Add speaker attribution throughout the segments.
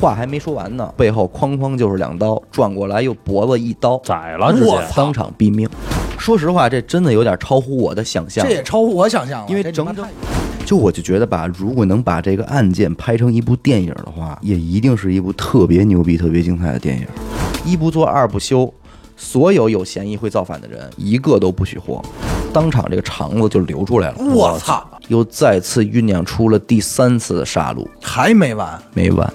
Speaker 1: 话还没说完呢，背后哐哐就是两刀，转过来又脖子一刀，
Speaker 2: 宰了直接
Speaker 1: 我操当场毙命。说实话，这真的有点超乎我的想象
Speaker 3: 这。也超乎我想象了，
Speaker 1: 因为
Speaker 3: 这你
Speaker 1: 整
Speaker 3: 妈太
Speaker 1: 整就我就觉得吧，如果能把这个案件拍成一部电影的话，也一定是一部特别牛逼、特别精彩的电影。一不做二不休，所有有嫌疑会造反的人一个都不许活，当场这个肠子就流出来了。
Speaker 3: 我操，
Speaker 1: 又再次酝酿出了第三次的杀戮，
Speaker 3: 还没完，
Speaker 1: 没完。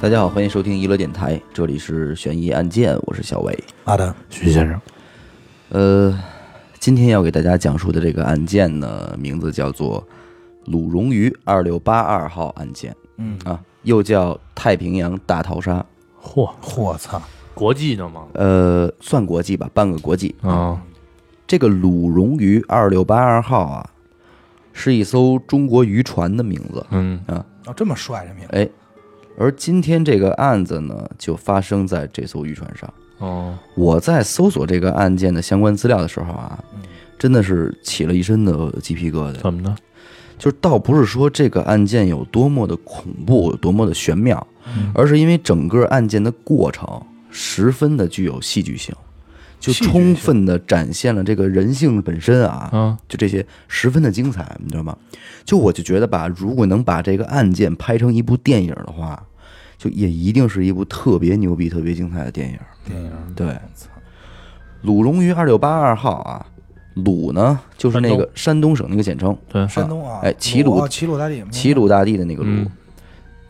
Speaker 1: 大家好，欢迎收听娱乐电台，这里是悬疑案件，我是小伟。
Speaker 3: 阿丹，
Speaker 2: 徐先生，
Speaker 1: 呃，今天要给大家讲述的这个案件呢，名字叫做鲁荣鱼二六八二号案件
Speaker 3: 嗯，
Speaker 1: 啊，又叫太平洋大逃杀，
Speaker 2: 嚯，
Speaker 3: 我操，
Speaker 2: 国际的吗？
Speaker 1: 呃，算国际吧，半个国际。
Speaker 2: 啊，
Speaker 1: 这个鲁荣鱼二六八二号啊，是一艘中国渔船的名字。
Speaker 2: 嗯，
Speaker 3: 哦，这么帅这名字，
Speaker 1: 哎，而今天这个案子呢，就发生在这艘渔船上。
Speaker 2: 哦，
Speaker 1: 我在搜索这个案件的相关资料的时候啊，真的是起了一身的鸡皮疙瘩。
Speaker 2: 嗯怎么的？
Speaker 1: 就是倒不是说这个案件有多么的恐怖、有多么的玄妙，
Speaker 2: 嗯
Speaker 1: 而是因为整个案件的过程十分的具有戏剧性，就
Speaker 3: 戏剧性
Speaker 1: 充分的展现了这个人性本身啊。
Speaker 2: 啊，
Speaker 1: 就这些十分的精彩，你知道吗？就我就觉得吧，如果能把这个案件拍成一部电影的话，就也一定是一部特别牛逼、特别精彩的电影。
Speaker 3: 电影，
Speaker 1: 对，
Speaker 3: 操
Speaker 1: 鲁荣鱼二六八二号啊，鲁呢就是那
Speaker 2: 山
Speaker 1: 个
Speaker 2: 东
Speaker 1: 山东省那个简称，
Speaker 2: 对，
Speaker 3: 山东啊，
Speaker 1: 哎齐鲁
Speaker 3: 我哦齐鲁大地，明白
Speaker 1: 齐，鲁大地的那个鲁。
Speaker 2: 嗯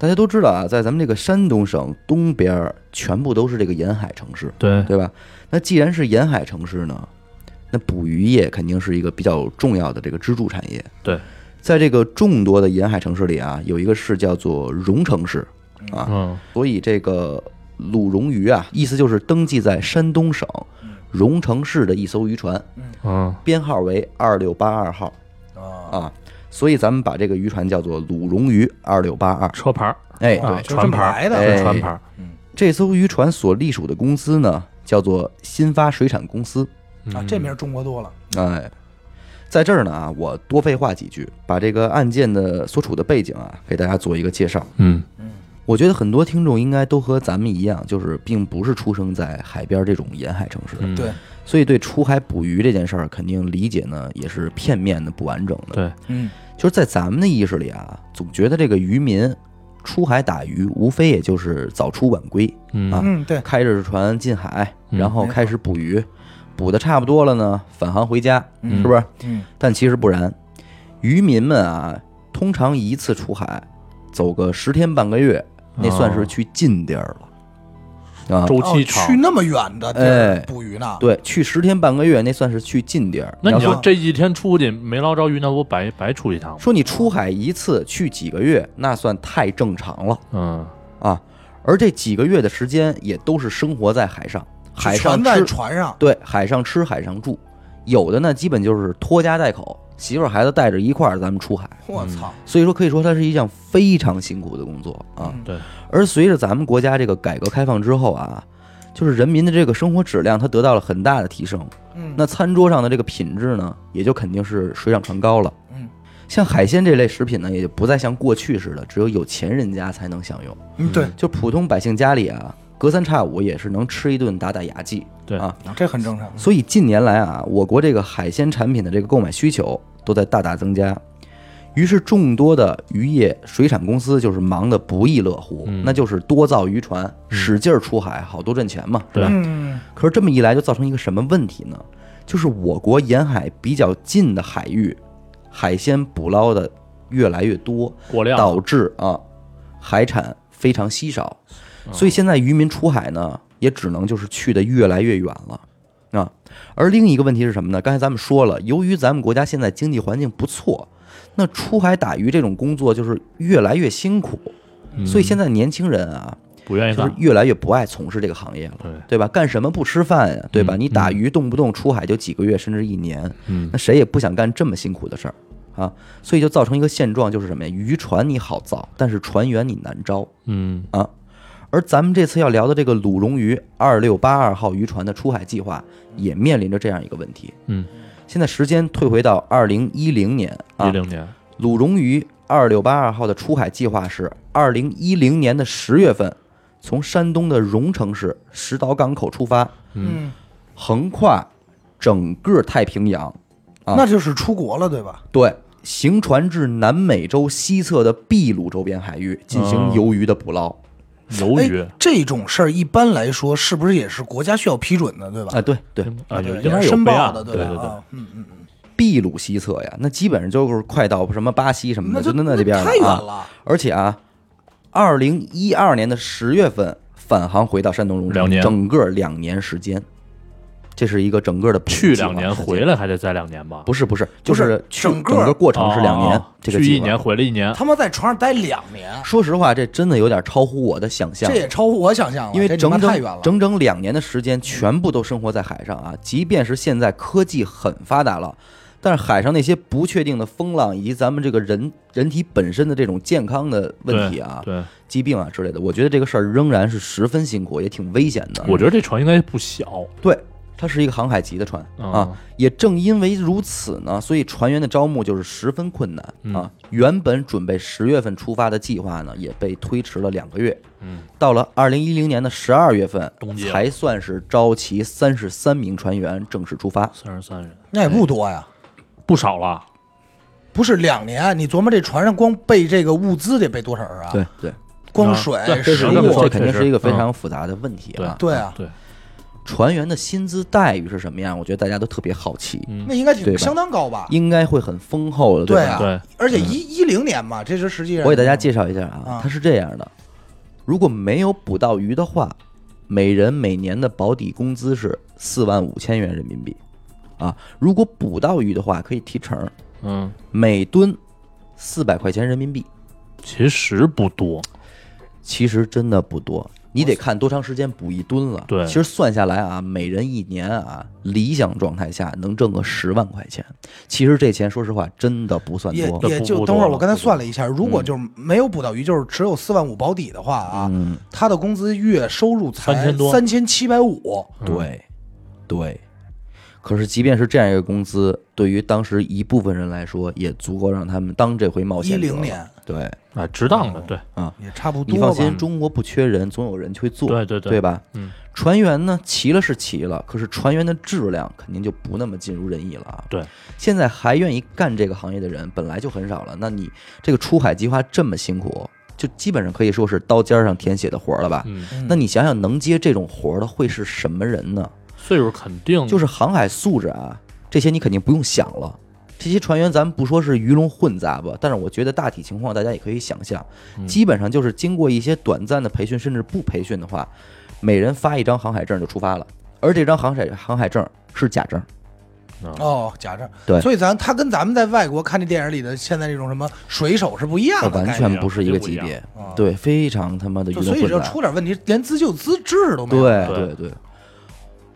Speaker 1: 大家都知道啊，在咱们这个山东省东边儿全部都是这个沿海城市，
Speaker 2: 对，
Speaker 1: 对吧？那既然是沿海城市呢，那捕鱼业肯定是一个比较重要的这个支柱产业。
Speaker 2: 对，
Speaker 1: 在这个众多的沿海城市里啊，有一个市叫做荣城市啊，
Speaker 2: 嗯，
Speaker 1: 所以这个鲁荣鱼啊，意思就是登记在山东省荣城市的一艘渔船，
Speaker 2: 嗯，
Speaker 1: 编号为二六八二号
Speaker 3: 啊，
Speaker 1: 啊，所以咱们把这个渔船叫做鲁荣鱼二六八二。
Speaker 2: 车牌儿
Speaker 1: 哎，
Speaker 3: 哦
Speaker 2: 啊，
Speaker 3: 就
Speaker 2: 船
Speaker 3: 这么
Speaker 2: 牌儿
Speaker 3: 来的
Speaker 1: 哎
Speaker 2: 是船牌儿，
Speaker 1: 这艘渔船所隶属的公司呢，叫做新发水产公司。
Speaker 2: 嗯
Speaker 3: 啊，这名儿中国多了，
Speaker 1: 哎，在这儿呢啊，我多废话几句，把这个案件的所处的背景啊，给大家做一个介绍。
Speaker 2: 嗯，
Speaker 1: 我觉得很多听众应该都和咱们一样，就是并不是出生在海边这种沿海城市，
Speaker 2: 嗯，
Speaker 3: 对，
Speaker 1: 所以对出海捕鱼这件事儿，肯定理解呢也是片面的、不完整的。
Speaker 2: 对，
Speaker 3: 嗯，
Speaker 1: 就是在咱们的意识里啊，总觉得这个渔民出海打鱼，无非也就是早出晚归，
Speaker 2: 嗯
Speaker 1: 啊
Speaker 3: 嗯，对，
Speaker 1: 开着船进海，
Speaker 2: 嗯
Speaker 1: 然后开始捕鱼，捕的差不多了呢，返航回家，
Speaker 3: 嗯
Speaker 1: 是不是？
Speaker 3: 嗯，
Speaker 1: 但其实不然，渔民们啊，通常一次出海走个十天半个月，那算
Speaker 2: 哦
Speaker 1: 是去近地儿了、啊。
Speaker 2: 周
Speaker 3: 哦
Speaker 2: 期长
Speaker 3: 去。那么远的地儿
Speaker 1: 哎
Speaker 3: 捕鱼呢，
Speaker 1: 对，去十天半个月，那算是去近地儿。
Speaker 2: 那
Speaker 1: 然
Speaker 2: 你
Speaker 1: 后
Speaker 2: 要这几天出去没捞着鱼，那不白白出一趟吗？
Speaker 1: 说你出海一次去几个月，那算太正常了
Speaker 2: 嗯，
Speaker 1: 啊。而这几个月的时间，也都是生活在海上，海上
Speaker 3: 全在
Speaker 1: 吃，
Speaker 3: 船上，
Speaker 1: 对，海上吃，海上住。有的呢，基本就是拖家带口，媳妇儿孩子带着一块儿，咱们出海。
Speaker 2: 嗯
Speaker 3: 我操，
Speaker 1: 所以说，可以说它是一项非常辛苦的工作啊。
Speaker 3: 嗯
Speaker 2: 对，
Speaker 1: 而随着咱们国家这个改革开放之后啊，就是人民的这个生活质量它得到了很大的提升，
Speaker 3: 嗯，
Speaker 1: 那餐桌上的这个品质呢，也就肯定是水涨船高了。
Speaker 3: 嗯，
Speaker 1: 像海鲜这类食品呢，也就不再像过去似的只有有钱人家才能享用，
Speaker 3: 嗯，对，
Speaker 1: 就普通百姓家里啊，隔三差五也是能吃一顿打打牙祭。
Speaker 2: 对
Speaker 1: 啊，
Speaker 3: 这很正常，
Speaker 1: 所以近年来啊，我国这个海鲜产品的这个购买需求都在大大增加，于是众多的渔业水产公司就是忙得不亦乐乎，
Speaker 2: 嗯
Speaker 1: 那就是多造渔船，使劲儿出海，好多挣钱嘛。
Speaker 2: 对
Speaker 3: 嗯，
Speaker 1: 可是这么一来，就造成一个什么问题呢？就是我国沿海比较近的海域，海鲜捕捞的越来越多，
Speaker 2: 过量
Speaker 1: 导致啊海产非常稀少，所以现在渔民出海呢，也只能就是去的越来越远了啊。而另一个问题是什么呢？刚才咱们说了，由于咱们国家现在经济环境不错，那出海打鱼这种工作就是越来越辛苦，所以现在年轻人啊，
Speaker 2: 不愿意
Speaker 1: 就是
Speaker 2: 干。
Speaker 1: 越来越不爱从事这个行业了。
Speaker 2: 对，
Speaker 1: 对吧？干什么不吃饭呀、对吧？你打鱼动不动出海就几个月甚至一年，
Speaker 2: 嗯
Speaker 1: 那谁也不想干这么辛苦的事儿啊，所以就造成一个现状，就是什么呀？渔船你好造，但是船员你难招
Speaker 2: 嗯
Speaker 1: 啊。而咱们这次要聊的这个鲁荣鱼二六八二号渔船的出海计划，也面临着这样一个问题。
Speaker 2: 嗯，
Speaker 1: 现在时间退回到二零一零年
Speaker 2: 一
Speaker 1: 啊，
Speaker 2: 零年，
Speaker 1: 鲁荣于二六八二号的出海计划是二零一零年的十月份，从山东的荣成市石岛港口出发，
Speaker 2: 嗯，
Speaker 1: 横跨整个太平洋，啊
Speaker 3: 那就是出国了，对吧？
Speaker 1: 对，行船至南美洲西侧的秘鲁周边海域进行
Speaker 2: 哦
Speaker 1: 鱿鱼的捕捞。
Speaker 2: 鱿鱼
Speaker 3: 哎，这种事儿一般来说是不是也是国家需要批准的，对吧？
Speaker 1: 啊，对对，
Speaker 2: 啊，有
Speaker 3: 哎对
Speaker 2: 应该有
Speaker 3: 申
Speaker 2: 备
Speaker 3: 报
Speaker 2: 案
Speaker 3: 的，
Speaker 2: 对
Speaker 3: 吧？
Speaker 2: 对，
Speaker 3: 啊嗯嗯嗯，
Speaker 1: 秘鲁西侧呀，那基本上就是快到什么巴西什么嗯的，
Speaker 3: 就
Speaker 1: 就那那边
Speaker 3: 太远
Speaker 1: 啊。
Speaker 3: 了，
Speaker 1: 而且啊，二零一二年的十月份返航回到山东荣成，
Speaker 2: 两年
Speaker 1: 整个两年时间，这是一个整个的
Speaker 2: 去两年，
Speaker 1: 来。
Speaker 2: 回来还得再两年吧？
Speaker 1: 不是不是，
Speaker 3: 不
Speaker 1: 就是是去
Speaker 3: 整个
Speaker 1: 个过程是两年，
Speaker 2: 哦
Speaker 1: 这个
Speaker 2: 去
Speaker 1: 计
Speaker 2: 一
Speaker 1: 划
Speaker 2: 年，。回来一年，
Speaker 3: 他妈在床上待两年，
Speaker 1: 说实话，这真的有点超乎我的想象啊
Speaker 3: 这。也超乎我想象了，
Speaker 1: 因为
Speaker 3: 啊这他
Speaker 1: 整
Speaker 3: 妈
Speaker 1: 整
Speaker 3: 太远了。
Speaker 1: 整整两年的时间，全部都生活在海上啊！即便是现在科技很发达了，但是海上那些不确定的风浪，以及咱们这个人人体本身的这种健康的问题啊、
Speaker 2: 对，
Speaker 1: 疾病啊之类的，我觉得这个事儿仍然是十分辛苦，也挺危险的。
Speaker 2: 我觉得这船应该不小
Speaker 1: 对，它是一个航海级的船啊
Speaker 2: 嗯。
Speaker 1: 也正因为如此呢，所以船员的招募就是十分困难
Speaker 2: 嗯
Speaker 1: 啊。原本准备十月份出发的计划呢，也被推迟了两个月。
Speaker 2: 嗯，
Speaker 1: 到了二零一零年的十二月份
Speaker 2: 冬季，了
Speaker 1: 才算是招齐三十三名船员正式出发。
Speaker 2: 三十三人，
Speaker 3: 那也不多呀，
Speaker 2: 不少了。
Speaker 3: 不是两年，你琢磨这船上光备这个物资得备多少人啊？
Speaker 1: 对对，
Speaker 3: 光
Speaker 2: 啊
Speaker 3: 水
Speaker 2: 对、
Speaker 1: 这
Speaker 3: 食
Speaker 1: 是
Speaker 2: 行
Speaker 1: 一
Speaker 2: 这么
Speaker 1: 个
Speaker 2: 说
Speaker 1: 这
Speaker 3: 物，
Speaker 1: 肯定
Speaker 2: 确
Speaker 1: 是一个
Speaker 2: 实
Speaker 1: 非
Speaker 2: 嗯
Speaker 1: 常复杂的问题啊。
Speaker 3: 对啊，
Speaker 2: 对，
Speaker 1: 船员的薪资待遇是什么样？我觉得大家都特别好奇，
Speaker 2: 嗯
Speaker 3: 那应该
Speaker 1: 对
Speaker 3: 挺
Speaker 1: 吧
Speaker 3: 相当高吧？
Speaker 1: 应该会很丰厚的，
Speaker 3: 对
Speaker 1: 吧嗯
Speaker 3: 啊？
Speaker 2: 对，
Speaker 3: 而且一一零年嘛，这是实际上
Speaker 1: 我给大家介绍一下啊
Speaker 3: 啊，
Speaker 1: 它是这样的：如果没有捕到鱼的话，每人每年的保底工资是四万五千元人民币，啊，如果捕到鱼的话，可以提成，
Speaker 2: 嗯，
Speaker 1: 每吨四百块钱人民币。
Speaker 2: 其实不多，
Speaker 1: 其实真的不多，你得看多长时间捕一吨了。
Speaker 2: 对
Speaker 1: 其实算下来啊，每人一年啊，理想状态下能挣个十万块钱。其实这钱，说实话，真的不算
Speaker 3: 也
Speaker 1: 多。
Speaker 3: 也
Speaker 2: 不
Speaker 3: 就
Speaker 2: 不
Speaker 3: 等会儿，
Speaker 2: 多
Speaker 3: 我刚才
Speaker 2: 不多
Speaker 3: 算了一下，如果就是没有捕到鱼，就是只有四万五保底的话啊，
Speaker 1: 嗯，
Speaker 3: 他的工资月收入才
Speaker 2: 3000多
Speaker 3: 三千七百五，
Speaker 1: 对，对。可是，即便是这样一个工资，对于当时一部分人来说，也足够让他们当这回冒险。
Speaker 3: 10年，
Speaker 1: 对，啊
Speaker 2: 哎，值当的，对，
Speaker 3: 也差不
Speaker 1: 你
Speaker 3: 多
Speaker 1: 放
Speaker 3: 吧
Speaker 1: 心，。中国不缺人，总有人去做，
Speaker 2: 对对
Speaker 1: 对
Speaker 2: 对
Speaker 1: 吧？
Speaker 2: 嗯，
Speaker 1: 船员呢，齐了是齐了，可是船员的质量肯定就不那么尽如人意了啊。
Speaker 2: 对，
Speaker 1: 现在还愿意干这个行业的人本来就很少了，那你这个出海计划这么辛苦，就基本上可以说是刀尖上舔血的活儿了吧？
Speaker 2: 嗯，
Speaker 3: 嗯
Speaker 1: 那你想想，能接这种活儿的会是什么人呢？
Speaker 2: 岁数肯定
Speaker 3: 嗯
Speaker 1: 就是航海素质啊，这些你肯定不用想了。这些船员，咱们不说是鱼龙混杂吧，但是我觉得大体情况大家也可以想象，
Speaker 3: 嗯
Speaker 1: 基本上就是经过一些短暂的培训，甚至不培训的话，每人发一张航海证就出发了，而这张航海航海证是假证，
Speaker 2: 嗯
Speaker 3: 哦，假证
Speaker 1: 对
Speaker 3: 所以咱他跟咱们在外国看这电影里的现在这种什么水手是不一样的概
Speaker 1: 呃完
Speaker 3: 念，
Speaker 1: 全不是一个级别，
Speaker 3: 啊，
Speaker 1: 对，非常他妈的鱼
Speaker 3: 就
Speaker 1: 龙
Speaker 3: 所以
Speaker 1: 混
Speaker 3: 就
Speaker 1: 杂
Speaker 3: 出。啊点问题，连自救资质都没有。
Speaker 1: 对啊
Speaker 2: 对
Speaker 1: 对对，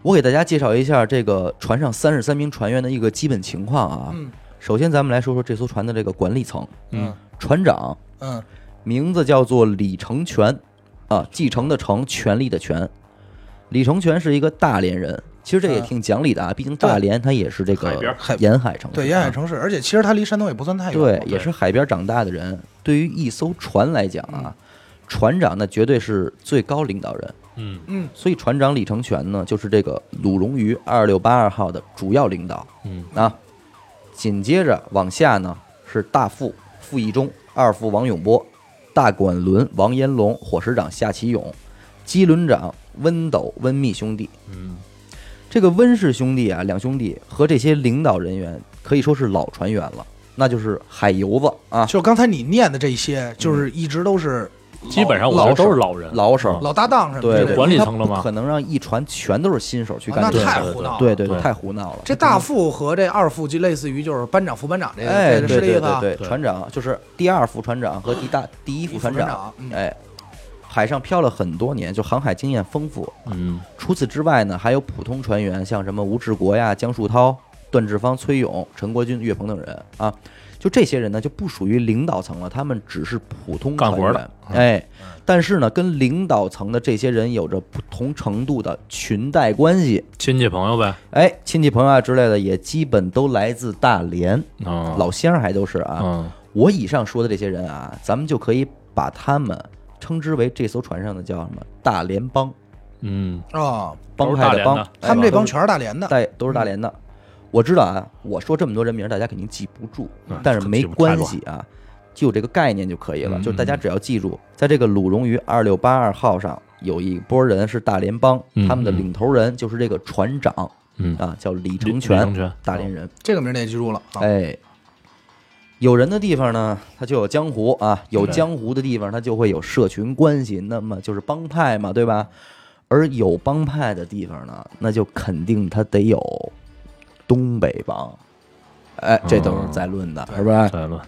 Speaker 1: 我给大家介绍一下这个船上三十三名船员的一个基本情况啊。
Speaker 3: 嗯
Speaker 1: 首先，咱们来说说这艘船的这个管理层，
Speaker 3: 嗯
Speaker 1: 船长
Speaker 3: 嗯，
Speaker 1: 名字叫做李成全，啊，继承的承，权力的权。李成全是一个大连人，其实这也挺讲理的啊，毕竟大连它也是这
Speaker 2: 海边
Speaker 1: 个
Speaker 2: 儿
Speaker 3: 嗯海
Speaker 1: 沿海城市，
Speaker 3: 对，沿海
Speaker 1: 啊
Speaker 3: 城市，而且其实他离山东也不算太远。
Speaker 1: 对，
Speaker 2: 对
Speaker 1: 也是海边长大的人。对于一艘船来讲啊，
Speaker 3: 嗯
Speaker 1: 船长那绝对是最高领导人，
Speaker 2: 嗯
Speaker 3: 嗯，
Speaker 1: 所以船长李成全呢，就是这个鲁荣于二六八二号的主要领导
Speaker 2: 嗯
Speaker 1: 啊。紧接着往下呢是大副傅义忠、二副王永波、大管轮王延龙、伙食长夏启勇、机轮长温斗温密兄弟。
Speaker 2: 嗯，
Speaker 1: 这个温氏兄弟啊，两兄弟和这些领导人员可以说是老船员了，那就是海油子啊，
Speaker 3: 就刚才你念的这些，就是
Speaker 1: 嗯
Speaker 3: 一直都是老
Speaker 2: 基本上
Speaker 1: 老
Speaker 2: 我们都
Speaker 1: 手
Speaker 2: 是老人，
Speaker 1: 老手。
Speaker 3: 老搭档什么
Speaker 1: 对
Speaker 3: 之
Speaker 2: 这
Speaker 3: 类
Speaker 1: 对，
Speaker 3: 的。
Speaker 2: 管理
Speaker 1: 因为他
Speaker 2: 层了吗
Speaker 1: 不可能让一船全都是新手去
Speaker 3: 啊
Speaker 1: 干
Speaker 3: 那
Speaker 1: 这个事
Speaker 3: 太
Speaker 1: 儿，
Speaker 3: 胡闹了。
Speaker 1: 对对对，
Speaker 2: 对
Speaker 1: 太胡闹了。
Speaker 3: 这大副和这二副就类似于就是班长、副班长这个，
Speaker 1: 哎，对
Speaker 3: 这个是这意
Speaker 1: 对
Speaker 3: 思啊。
Speaker 1: 对
Speaker 2: 对
Speaker 1: 船长就是第二副船长和第 大第一副船
Speaker 3: 第一
Speaker 1: 长
Speaker 3: 副船长，嗯
Speaker 1: 哎，海上漂了很多年，就航海经验丰富。
Speaker 2: 嗯
Speaker 1: 除此之外呢，还有普通船员，像什么吴志国呀、江树涛、段志芳、崔勇、陈国军、岳鹏等人啊，就这些人呢，就不属于领导层了，他们只是普通
Speaker 2: 干活
Speaker 1: 船
Speaker 2: 的
Speaker 1: 员哎，
Speaker 3: 嗯
Speaker 1: 但是呢，跟领导层的这些人有着不同程度的裙带关系，
Speaker 2: 亲戚朋友呗，
Speaker 1: 哎，亲戚朋友啊之类的，也基本都来自大连，
Speaker 2: 嗯，
Speaker 1: 老乡还都是啊。
Speaker 2: 嗯
Speaker 1: 我以上说的这些人啊，咱们就可以把他们称之为这艘船上的叫什么大联帮
Speaker 2: 嗯，
Speaker 3: 啊，
Speaker 1: 帮派帮，
Speaker 2: 都是大连的
Speaker 1: 哎
Speaker 3: 他们这帮
Speaker 1: 都是
Speaker 3: 全是大连的，
Speaker 1: 带都是大连的。我知道啊，我说这么多人名，大家肯定记不住
Speaker 2: 嗯，
Speaker 1: 但是
Speaker 2: 可
Speaker 1: 没
Speaker 2: 记不太
Speaker 1: 关
Speaker 2: 住
Speaker 1: 系啊，就有这个概念就可以了。
Speaker 2: 嗯
Speaker 1: 就是大家只要记住，在这个鲁荣鱼二六八二号上有一波人是大联帮，
Speaker 2: 嗯
Speaker 1: 他们的领头人就是这个船长，
Speaker 2: 嗯
Speaker 1: 啊，叫李
Speaker 2: 李
Speaker 1: 成
Speaker 2: 李
Speaker 1: 全
Speaker 2: 成，全
Speaker 1: 大连人。
Speaker 3: 这个名儿得记住了啊。
Speaker 1: 哎，有人的地方呢，它就有江湖啊；有江湖的地方，它就会有社群关系，那么就是帮派嘛，对吧？而有帮派的地方呢，那就肯定它得有东北帮。哎，这都是在论的，是吧？
Speaker 2: 再论，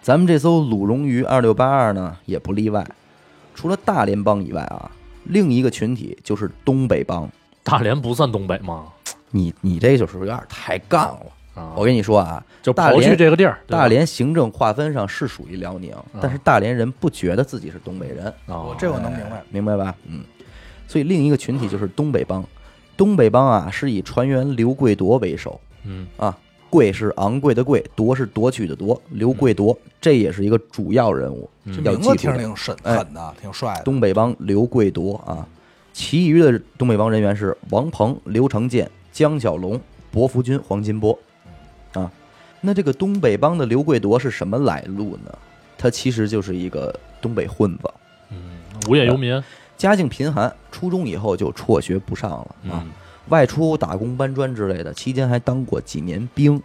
Speaker 1: 咱们这艘鲁荣鱼二六八二呢，也不例外。除了大联帮以外啊，另一个群体就是东北帮。
Speaker 2: 大连不算东北吗？
Speaker 1: 你你这就是有点太杠了。
Speaker 2: 啊，
Speaker 1: 我跟你说啊，
Speaker 2: 就
Speaker 1: 大
Speaker 2: 刨
Speaker 1: 连
Speaker 2: 去这个地儿，对吧
Speaker 1: 大连行政划分上是属于辽宁，但是大连人不觉得自己是东北人，
Speaker 2: 啊，
Speaker 3: 这我能明白。
Speaker 1: 明白吧？嗯，所以另一个群体就是东北帮。东北帮啊，是以船员刘贵铎为首
Speaker 2: 嗯
Speaker 1: 啊，贵是昂贵的贵，夺是夺取的夺，刘贵铎这也是一个主要人物，
Speaker 2: 嗯
Speaker 3: 这
Speaker 1: 嗯要
Speaker 3: 名
Speaker 1: 记
Speaker 3: 字
Speaker 1: 住
Speaker 3: 听着
Speaker 1: 的
Speaker 3: 挺神
Speaker 1: 哎
Speaker 3: 狠的，挺帅的。
Speaker 1: 东北帮刘贵铎啊，其余的东北帮人员是王鹏、刘成建、江小龙、薄福军、黄金波啊。那这个东北帮的刘贵铎是什么来路呢？他其实就是一个东北混子，
Speaker 2: 嗯，无业游
Speaker 1: 啊
Speaker 2: 民，
Speaker 1: 家境贫寒，初中以后就辍学不上了啊，
Speaker 2: 嗯
Speaker 1: 外出打工搬砖之类的，期间还当过几年兵。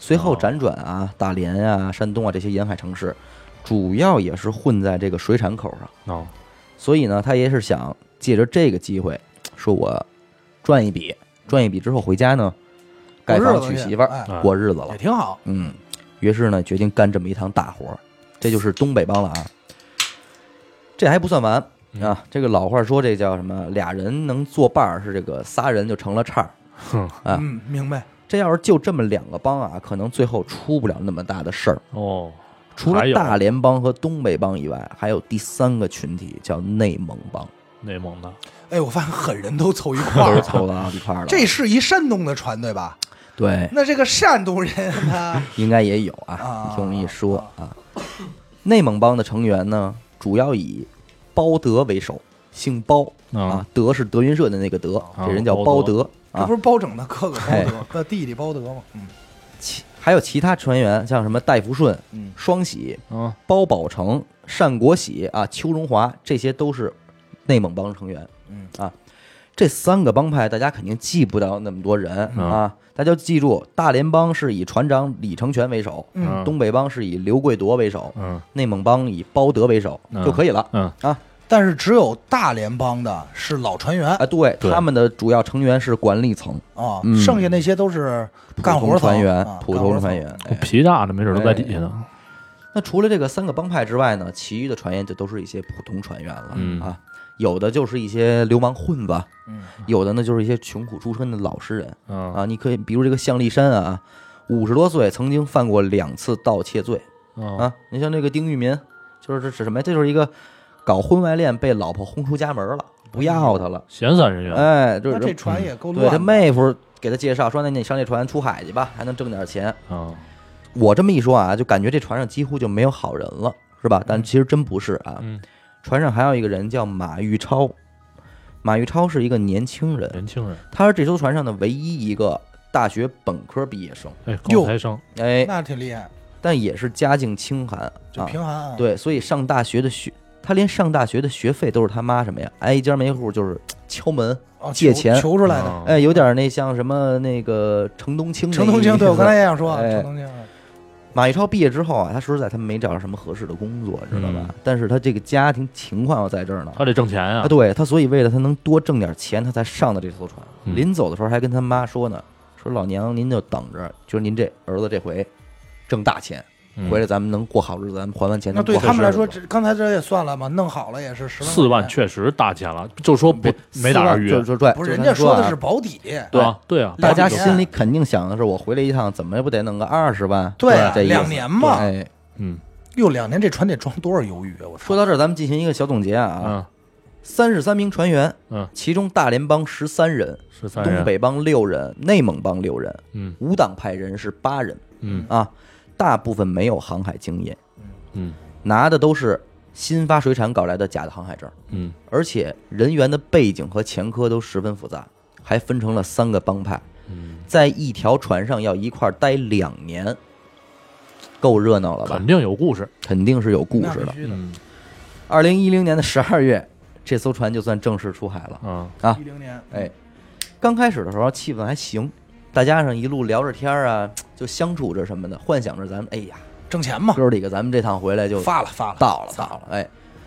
Speaker 1: 随后
Speaker 2: 哦
Speaker 1: 辗转啊，大连啊、山东啊这些沿海城市，主要也是混在这个水产口上。
Speaker 2: 哦，
Speaker 1: 所以呢，他也是想借着这个机会，说我赚一笔，赚一笔之后回家呢，盖房
Speaker 3: 过
Speaker 1: 娶
Speaker 3: 日子去
Speaker 1: 媳妇儿，
Speaker 3: 哎
Speaker 2: 哎
Speaker 1: 过日子了
Speaker 3: 也。挺好。
Speaker 1: 嗯，于是呢，决定干这么一趟大活儿，这就是东北帮了啊。这还不算完啊，这个老话说这叫什么？俩人能作伴儿，是这个仨人就成了叉儿。
Speaker 2: 哼，
Speaker 1: 啊
Speaker 3: 嗯，明白。
Speaker 1: 这要是就这么两个帮啊，可能最后出不了那么大的事儿。
Speaker 2: 哦，
Speaker 1: 除了
Speaker 2: 还有
Speaker 1: 大联帮和东北帮以外，还有第三个群体叫内蒙帮，
Speaker 2: 内蒙的，
Speaker 3: 哎，我发现狠人都凑一块
Speaker 1: 都
Speaker 3: 儿
Speaker 1: 是
Speaker 3: 了。
Speaker 1: 凑到一块儿了。啊
Speaker 3: 这是一山东的船对吧？
Speaker 1: 对，
Speaker 3: 那这个山东人他
Speaker 1: 应该也有 啊
Speaker 3: 啊。
Speaker 1: 你听我一说啊，内蒙帮的成员呢，主要以包德为首，姓包啊
Speaker 2: 嗯，
Speaker 1: 德是德云社的那个德，
Speaker 2: 嗯
Speaker 1: 这人叫包
Speaker 2: 包德
Speaker 1: 德
Speaker 3: 这
Speaker 1: 啊
Speaker 3: 不。是包拯的哥哥包
Speaker 1: 哎
Speaker 3: 德，那弟弟包德吗？嗯
Speaker 1: 其还有其他船员，像什么戴福顺、
Speaker 3: 嗯，
Speaker 1: 双喜、
Speaker 2: 嗯，
Speaker 1: 包宝成、单国喜啊、邱荣华，这些都是内蒙帮成员。
Speaker 3: 嗯
Speaker 1: 啊，这三个帮派大家肯定记不到那么多人
Speaker 2: 嗯
Speaker 1: 啊，大家记住，大连帮是以船长李成全为首，
Speaker 3: 嗯
Speaker 1: 东北帮是以刘贵铎为首，
Speaker 2: 嗯
Speaker 1: 内蒙帮以包德为首
Speaker 2: 嗯
Speaker 1: 就可以了。
Speaker 2: 嗯
Speaker 3: 但是只有大联帮的是老船员
Speaker 1: 啊，对，
Speaker 2: 对
Speaker 1: 他们的主要成员是管理层，
Speaker 3: 啊
Speaker 1: 嗯，
Speaker 3: 剩下那些都是干活
Speaker 1: 普通
Speaker 3: 儿
Speaker 1: 船
Speaker 3: 层
Speaker 1: 员
Speaker 3: 啊，
Speaker 1: 普
Speaker 3: 干活
Speaker 1: 通
Speaker 3: 儿
Speaker 1: 船
Speaker 3: 层
Speaker 1: 员。
Speaker 2: 我皮大的没准都在底下呢。
Speaker 1: 哎那除了这个三个帮派之外呢，其余的船员就都是一些普通船员了
Speaker 2: 嗯
Speaker 1: 啊，有的就是一些流氓混子，
Speaker 3: 嗯，
Speaker 1: 有的呢就是一些穷苦出身的老实人
Speaker 2: 嗯
Speaker 1: 啊。你可以比如这个向立山啊，五十多岁曾经犯过两次盗窃罪
Speaker 2: 嗯
Speaker 1: 啊。你像这个丁玉民，就是这是什么呀？这就是一个搞婚外恋被老婆轰出家门了，不要他了。
Speaker 2: 闲散人员，
Speaker 1: 哎，就是
Speaker 3: 那这船也够
Speaker 1: 对他
Speaker 3: 乱的。
Speaker 1: 妹夫给他介绍说，那你上这船出海去吧，还能挣点钱。
Speaker 2: 嗯，
Speaker 1: 我这么一说啊，就感觉这船上几乎就没有好人了，是吧？
Speaker 3: 嗯
Speaker 1: 但其实真不是啊，
Speaker 2: 嗯
Speaker 1: 船上还有一个人叫马玉超，马玉超是一个年轻人，
Speaker 2: 年轻人，
Speaker 1: 他是这艘船上的唯一一个大学本科毕业生，
Speaker 2: 哎，高材生，
Speaker 1: 哎，
Speaker 3: 那挺厉害，
Speaker 1: 但也是家境清寒
Speaker 3: 就
Speaker 1: 啊，
Speaker 3: 贫寒啊。
Speaker 1: 对，所以上大学的学，他连上大学的学费都是他妈什么呀，挨家没户就是敲门，
Speaker 3: 哦，
Speaker 1: 借
Speaker 3: 求
Speaker 1: 钱
Speaker 3: 求出来的。
Speaker 2: 啊
Speaker 1: 哎，有点那像什么那个程东青那
Speaker 3: 程哦东
Speaker 1: 意
Speaker 3: 青，
Speaker 1: 思
Speaker 3: 对我刚才也想说啊，
Speaker 1: 哎
Speaker 3: 程东青啊，
Speaker 1: 马玉超毕业之后啊，他说实在他没找着什么合适的工作，知道吧？
Speaker 3: 嗯
Speaker 1: 但是他这个家庭情况要在这儿呢。
Speaker 2: 他得挣钱
Speaker 1: 啊，
Speaker 2: 啊，
Speaker 1: 对他，所以为了他能多挣点钱，他才上的这艘船。
Speaker 2: 嗯
Speaker 1: 临走的时候还跟他妈说呢，说老娘您就等着，就是您这儿子这回挣大钱，
Speaker 2: 嗯
Speaker 1: 回来咱们能过好日子，咱们还完钱。
Speaker 3: 那对
Speaker 1: 能过
Speaker 3: 他
Speaker 1: 好
Speaker 3: 们来
Speaker 1: 日子
Speaker 3: 说，这刚才这也算了嘛，弄好了也是十万。
Speaker 2: 四万确实大钱了，就说不
Speaker 1: 四
Speaker 2: 没打着
Speaker 1: 万
Speaker 2: 鱼，
Speaker 1: 啊就是对，
Speaker 3: 不
Speaker 1: 就是他
Speaker 3: 人家
Speaker 1: 说
Speaker 3: 说
Speaker 1: 啊
Speaker 3: 的是保底，
Speaker 1: 对
Speaker 2: 啊对啊，
Speaker 1: 大家
Speaker 3: 大
Speaker 1: 心里肯定想的是，我回来一趟怎么也不得弄个二十万，
Speaker 3: 对啊
Speaker 1: 这意思
Speaker 3: 两年嘛
Speaker 1: 哎，
Speaker 2: 嗯
Speaker 3: 哟，两年这船得装多少鱿鱼啊！我
Speaker 1: 说
Speaker 3: 操，
Speaker 1: 到这儿，咱们进行一个小总结啊，
Speaker 2: 嗯
Speaker 1: 三十三名船员，
Speaker 2: 嗯，哎
Speaker 1: 其中大连帮十三人，
Speaker 2: 十三
Speaker 1: 东
Speaker 2: 人，
Speaker 1: 北帮六人，内蒙帮六人，
Speaker 2: 嗯
Speaker 1: 无党派人是八人
Speaker 2: 嗯
Speaker 1: 啊。大部分没有航海经验，
Speaker 2: 嗯
Speaker 1: 拿的都是新发水产搞来的假的航海证，
Speaker 2: 嗯
Speaker 1: 而且人员的背景和前科都十分复杂，还分成了三个帮派，
Speaker 2: 嗯，
Speaker 1: 在一条船上要一块儿待两年，够热闹了吧
Speaker 2: 肯？定有故事。
Speaker 1: 肯定是有故事
Speaker 3: 那
Speaker 1: 的
Speaker 3: 必。须的。
Speaker 2: 嗯
Speaker 1: 二零一零年的十二月，这艘船就算正式出海了。
Speaker 2: 啊，
Speaker 1: 啊
Speaker 3: 一零年，嗯
Speaker 1: 哎，刚开始的时候气氛还行，大家上一路聊着天儿啊，就相处着什么的，幻想着咱们，哎呀，
Speaker 3: 挣钱嘛，
Speaker 1: 哥儿几个，咱们这趟回来就
Speaker 3: 发了发了，
Speaker 1: 到了，到了，哎，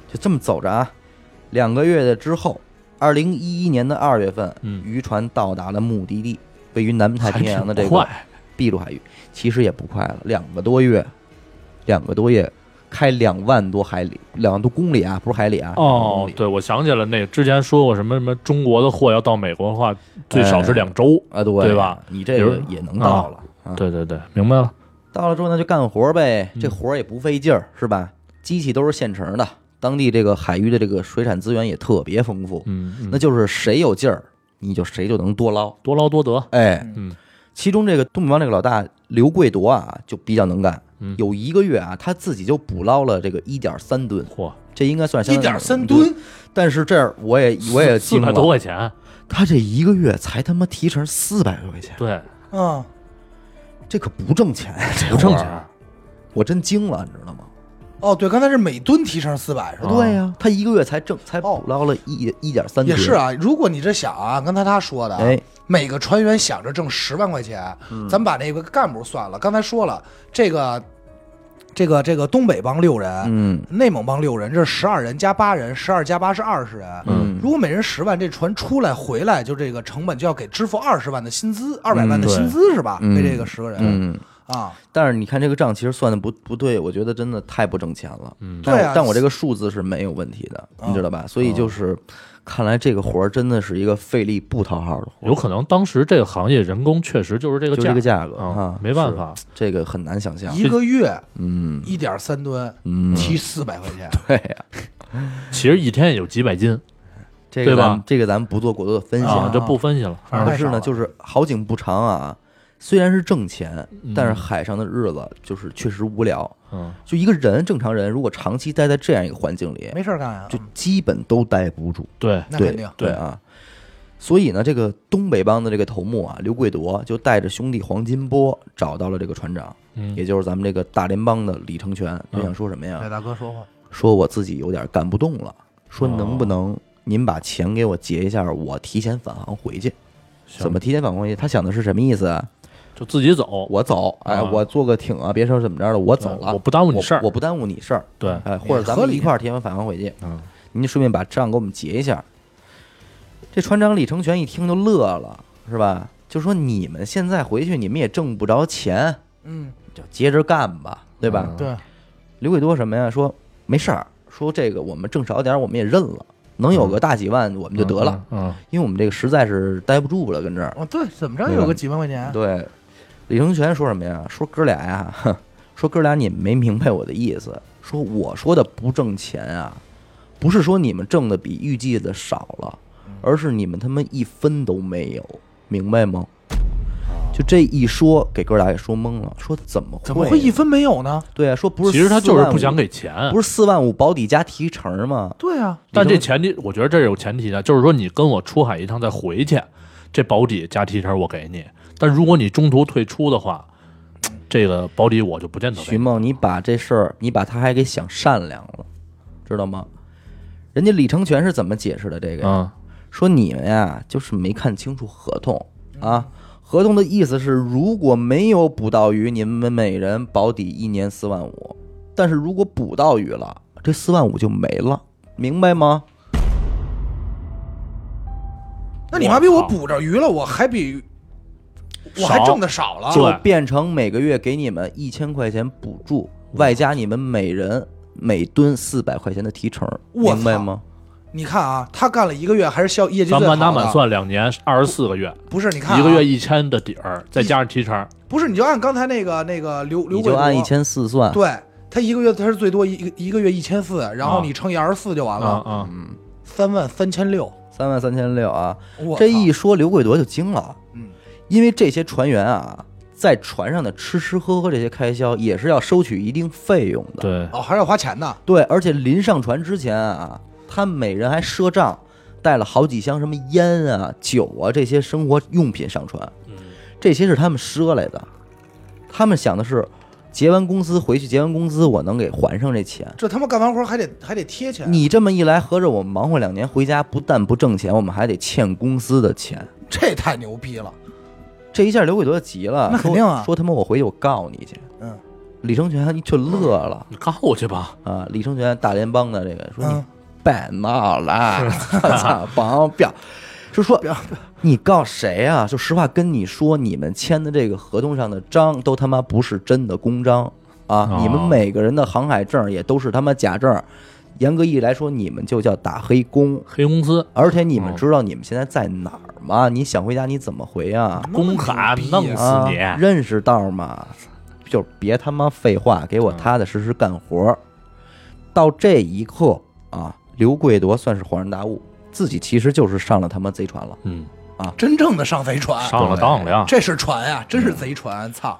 Speaker 1: 就这么走着啊。两个月的之后，二零一一年的二月份，
Speaker 2: 嗯
Speaker 1: 渔船到达了目的地，位于南太
Speaker 2: 还
Speaker 1: 平
Speaker 2: 挺
Speaker 1: 洋的这个
Speaker 2: 快，
Speaker 1: 秘鲁海域。其实也不快了，两个多月，两个多月，开两万多海里，两万多公里啊，不是海里啊，
Speaker 2: 哦
Speaker 1: 两万多公，里
Speaker 2: 对，我想起来，那之前说过什么什么中国的货要到美国的话，最少是两周。
Speaker 1: 啊，对
Speaker 2: 对吧？
Speaker 1: 你这个
Speaker 2: 比如
Speaker 1: 也能到了，啊
Speaker 2: 对对对，明白了。
Speaker 1: 到了之后那就干活呗，
Speaker 2: 嗯
Speaker 1: 这活儿也不费劲儿，是吧？机器都是现成的，当地这个海域的这个水产资源也特别丰富，
Speaker 2: 嗯，嗯
Speaker 1: 那就是谁有劲儿，你就谁就能多捞。
Speaker 2: 多劳多得。
Speaker 1: 哎，
Speaker 2: 嗯
Speaker 1: 其中这个东北帮这个老大刘贵铎啊，就比较能干
Speaker 2: 嗯，
Speaker 1: 有一个月啊，他自己就捕捞了这个一点三吨，
Speaker 2: 嚯，
Speaker 1: 这应该算
Speaker 3: 一点三。吨，
Speaker 1: 但是这儿我也我也
Speaker 2: 四
Speaker 1: 惊
Speaker 2: 百多
Speaker 1: 了，
Speaker 2: 块钱，
Speaker 1: 他这一个月才他妈提成四百多块钱，
Speaker 2: 对，
Speaker 3: 嗯，
Speaker 1: 这可不挣钱呀，这
Speaker 2: 不挣
Speaker 1: 活儿
Speaker 2: 钱，
Speaker 1: 我真惊了，你知道吗？
Speaker 3: 哦，对，刚才是每吨提成四百是吧？
Speaker 1: 对呀、啊他一个月才挣才捕捞了一一点三吨，
Speaker 3: 也是啊，如果你这想啊，刚才他说的啊，
Speaker 1: 哎，嗯
Speaker 3: 每个船员想着挣十万块钱，咱们把那个干部算了。刚才说了，这个这个这个东北帮六人，
Speaker 1: 嗯
Speaker 3: 内蒙帮六人，这十二人加八人，十二加八是二十人。
Speaker 1: 嗯
Speaker 3: 如果每人十万，这船出来回来就这个成本就要给支付二十万的薪资，二百万的
Speaker 2: 对
Speaker 3: 薪资是吧？
Speaker 1: 嗯
Speaker 3: 为这个十个人、
Speaker 1: 嗯，
Speaker 3: 啊，
Speaker 1: 但是你看这个账其实算的不不对，我觉得真的太不挣钱了。
Speaker 2: 嗯
Speaker 1: 但
Speaker 3: 对啊
Speaker 1: 但我这个数字是没有问题的，你知道吧？所以就是，看来这个活儿真的是一个费力不讨好的活
Speaker 2: 有可能当时这个行业人工确实就是这
Speaker 1: 儿，
Speaker 2: 个
Speaker 1: 就这
Speaker 2: 价
Speaker 1: 个价格
Speaker 2: 啊
Speaker 1: 啊，，
Speaker 2: 没办
Speaker 1: 是，
Speaker 2: 法，
Speaker 1: 这个很难想象。
Speaker 3: 一个月
Speaker 1: 嗯
Speaker 3: 一点三吨，
Speaker 1: 嗯，
Speaker 3: 提四百块钱，
Speaker 1: 对呀，
Speaker 2: 其实一天也就几百斤
Speaker 1: 这个
Speaker 2: 对吧
Speaker 1: 咱们这个咱们不做过多的分析
Speaker 2: 啊
Speaker 1: 啊，，
Speaker 2: 这不分析了，反正
Speaker 1: 但是
Speaker 3: 太少
Speaker 1: 呢，
Speaker 3: 了
Speaker 1: 就是好景不长啊。虽然是挣钱，
Speaker 2: 嗯
Speaker 1: 但是海上的日子就是确实无聊。
Speaker 2: 嗯，
Speaker 1: 就一个人正常人，如果长期待在这样一个环境里，
Speaker 3: 没事儿干啊，
Speaker 1: 就基本都待不住。
Speaker 2: 对，
Speaker 3: 那
Speaker 1: 对
Speaker 3: 肯定。
Speaker 1: 对啊。所以呢，这个东北帮的这个头目啊，刘贵铎就带着兄弟黄金波找到了这个船长，
Speaker 2: 嗯
Speaker 1: 也就是咱们这个大联邦的李成全，就想哎说什么呀？
Speaker 3: 大哥说话，
Speaker 1: 说我自己有点干不动了，说能不
Speaker 2: 哦
Speaker 1: 能您把钱给我结一下，我提前返航回去？
Speaker 2: 行
Speaker 1: 怎么提前返回去？他想的是什么意思啊？
Speaker 2: 就自己走，
Speaker 1: 我走，哎，
Speaker 2: 啊
Speaker 1: 我坐个艇啊，别说怎么着了，我走
Speaker 2: 对
Speaker 1: 了，
Speaker 2: 嗯我不耽误你事儿
Speaker 1: 我，我不耽误你事儿，
Speaker 2: 对，
Speaker 1: 哎，或者咱
Speaker 3: 合
Speaker 1: 们
Speaker 3: 理
Speaker 1: 一块儿提前返航回去，
Speaker 2: 嗯，
Speaker 1: 您顺便把账给我们结一下。这船长李成全一听就乐了，是吧？就说你们现在回去，你们也挣不着钱，
Speaker 3: 嗯，
Speaker 1: 就接着干吧，对吧？
Speaker 2: 嗯
Speaker 3: 对，
Speaker 1: 刘贵多什么呀？说没事儿，说这个我们挣少点儿，我们也认了，能有个大几万我们就得了，
Speaker 2: 嗯，嗯，
Speaker 1: 因为我们这个实在是待不住了，跟这儿。
Speaker 3: 哦，对，怎么着
Speaker 1: 对
Speaker 3: 也
Speaker 1: 吧
Speaker 3: 有个几万块钱，啊
Speaker 1: 对，李成全说什么呀？说哥俩呀、哼，说哥俩你们没明白我的意思。说我说的不挣钱啊，不是说你们挣的比预计的少了，
Speaker 3: 嗯
Speaker 1: 而是你们他妈一分都没有，明白吗？就这一说，给哥俩给说懵了，说怎么
Speaker 3: 哦怎么会一分没有呢？
Speaker 1: 对啊，说不
Speaker 2: 嗯
Speaker 1: 是，
Speaker 2: 其实他就是不想，给钱，
Speaker 1: 不是四万五保底加提成吗？
Speaker 3: 对啊，
Speaker 2: 但这
Speaker 1: 李成
Speaker 2: 前提，我觉得这是有前提的，就是说你跟我出海一趟再回去，这保底加提成我给你，但如果你中途退出的话，这个保底我就不见得给
Speaker 1: 徐。梦，你把这事儿，你把他还给想善良了，知道吗？人家李成全是怎么解释的这个呀？
Speaker 2: 嗯，
Speaker 1: 说你们呀，就是没看清楚合同啊。合同的意思是，如果没有捕到鱼，你们每人保底一年四万五；但是如果捕到鱼了，这四万五就没了，明白吗？
Speaker 3: 那你妈逼我捕着鱼了，我还比我还
Speaker 2: 少
Speaker 3: 挣的少了，
Speaker 2: 对
Speaker 1: 就变成每个月给你们一千块钱补助，外加你们每人每吨四百块钱的提成，
Speaker 3: 我
Speaker 1: 明白
Speaker 3: 操
Speaker 1: 吗？
Speaker 3: 你看啊，他干了一个月还是效业绩
Speaker 2: 咱
Speaker 3: 最好
Speaker 2: 满
Speaker 3: 的
Speaker 2: 打满算两年二十四个月，
Speaker 3: 不是？你看、啊、
Speaker 2: 一个月一千的底儿，再加上提成，
Speaker 3: 不是，你就按刚才那个那个刘刘
Speaker 1: 你就
Speaker 3: 贵国
Speaker 1: 按一千四
Speaker 2: 啊
Speaker 1: 算，
Speaker 3: 对他一个月他是最多一一个一个月一千四，然后
Speaker 2: 啊
Speaker 3: 你乘以二十四就完
Speaker 2: 啊
Speaker 3: 了，
Speaker 2: 啊，
Speaker 3: 三万三千六。
Speaker 1: 三万三千六啊！
Speaker 3: 我
Speaker 1: 这
Speaker 3: 操
Speaker 1: 一说，刘贵铎就惊了，
Speaker 3: 嗯，
Speaker 1: 因为这些船员啊，在船上的吃吃喝喝这些开销也是要收取一定费用的。
Speaker 2: 对，
Speaker 3: 哦，还是要花钱呢。
Speaker 1: 对，而且临上船之前啊，他每人还赊账，带了好几箱什么烟啊、酒啊这些生活用品上船，
Speaker 3: 嗯
Speaker 1: 这些是他们赊来的。他们想的是，结完工资回去结完工资，我能给还上这钱。
Speaker 3: 这他妈干完活还得还得贴钱，
Speaker 1: 你这么一来，合着我们忙活两年回家，不但不挣钱，我们还得欠公司的钱。
Speaker 3: 这太牛逼了。
Speaker 1: 这一下刘鬼德急了，
Speaker 3: 那肯定啊
Speaker 1: 说说他妈我回去我告你去。
Speaker 3: 嗯
Speaker 1: 李成全就乐了
Speaker 2: 你告我去吧，
Speaker 1: 啊！李成全大联邦的这个说你
Speaker 3: 嗯，
Speaker 1: 别闹了， 操，甭表，就说
Speaker 3: 不要
Speaker 1: 你告谁啊？就实话跟你说，你们签的这个合同上的章都他妈不是真的公章啊！
Speaker 2: 哦
Speaker 1: 你们每个人的航海证也都是他妈假证，严格意义来说，你们就叫打黑工。
Speaker 2: 黑公司
Speaker 1: 而且你们知道你们现在在哪儿吗？你想回家你怎么回啊？
Speaker 2: 公卡弄死
Speaker 1: 啊
Speaker 2: 你，，
Speaker 1: 认识道吗？就别他妈废话，给我踏踏实实干活。儿。到这一刻啊，刘贵夺算是恍然大悟，自己其实就是上了他妈贼船了。
Speaker 2: 嗯，
Speaker 3: 真正的上贼船，
Speaker 2: 上了啊当了呀，
Speaker 3: 这是船呀、真是贼船！操，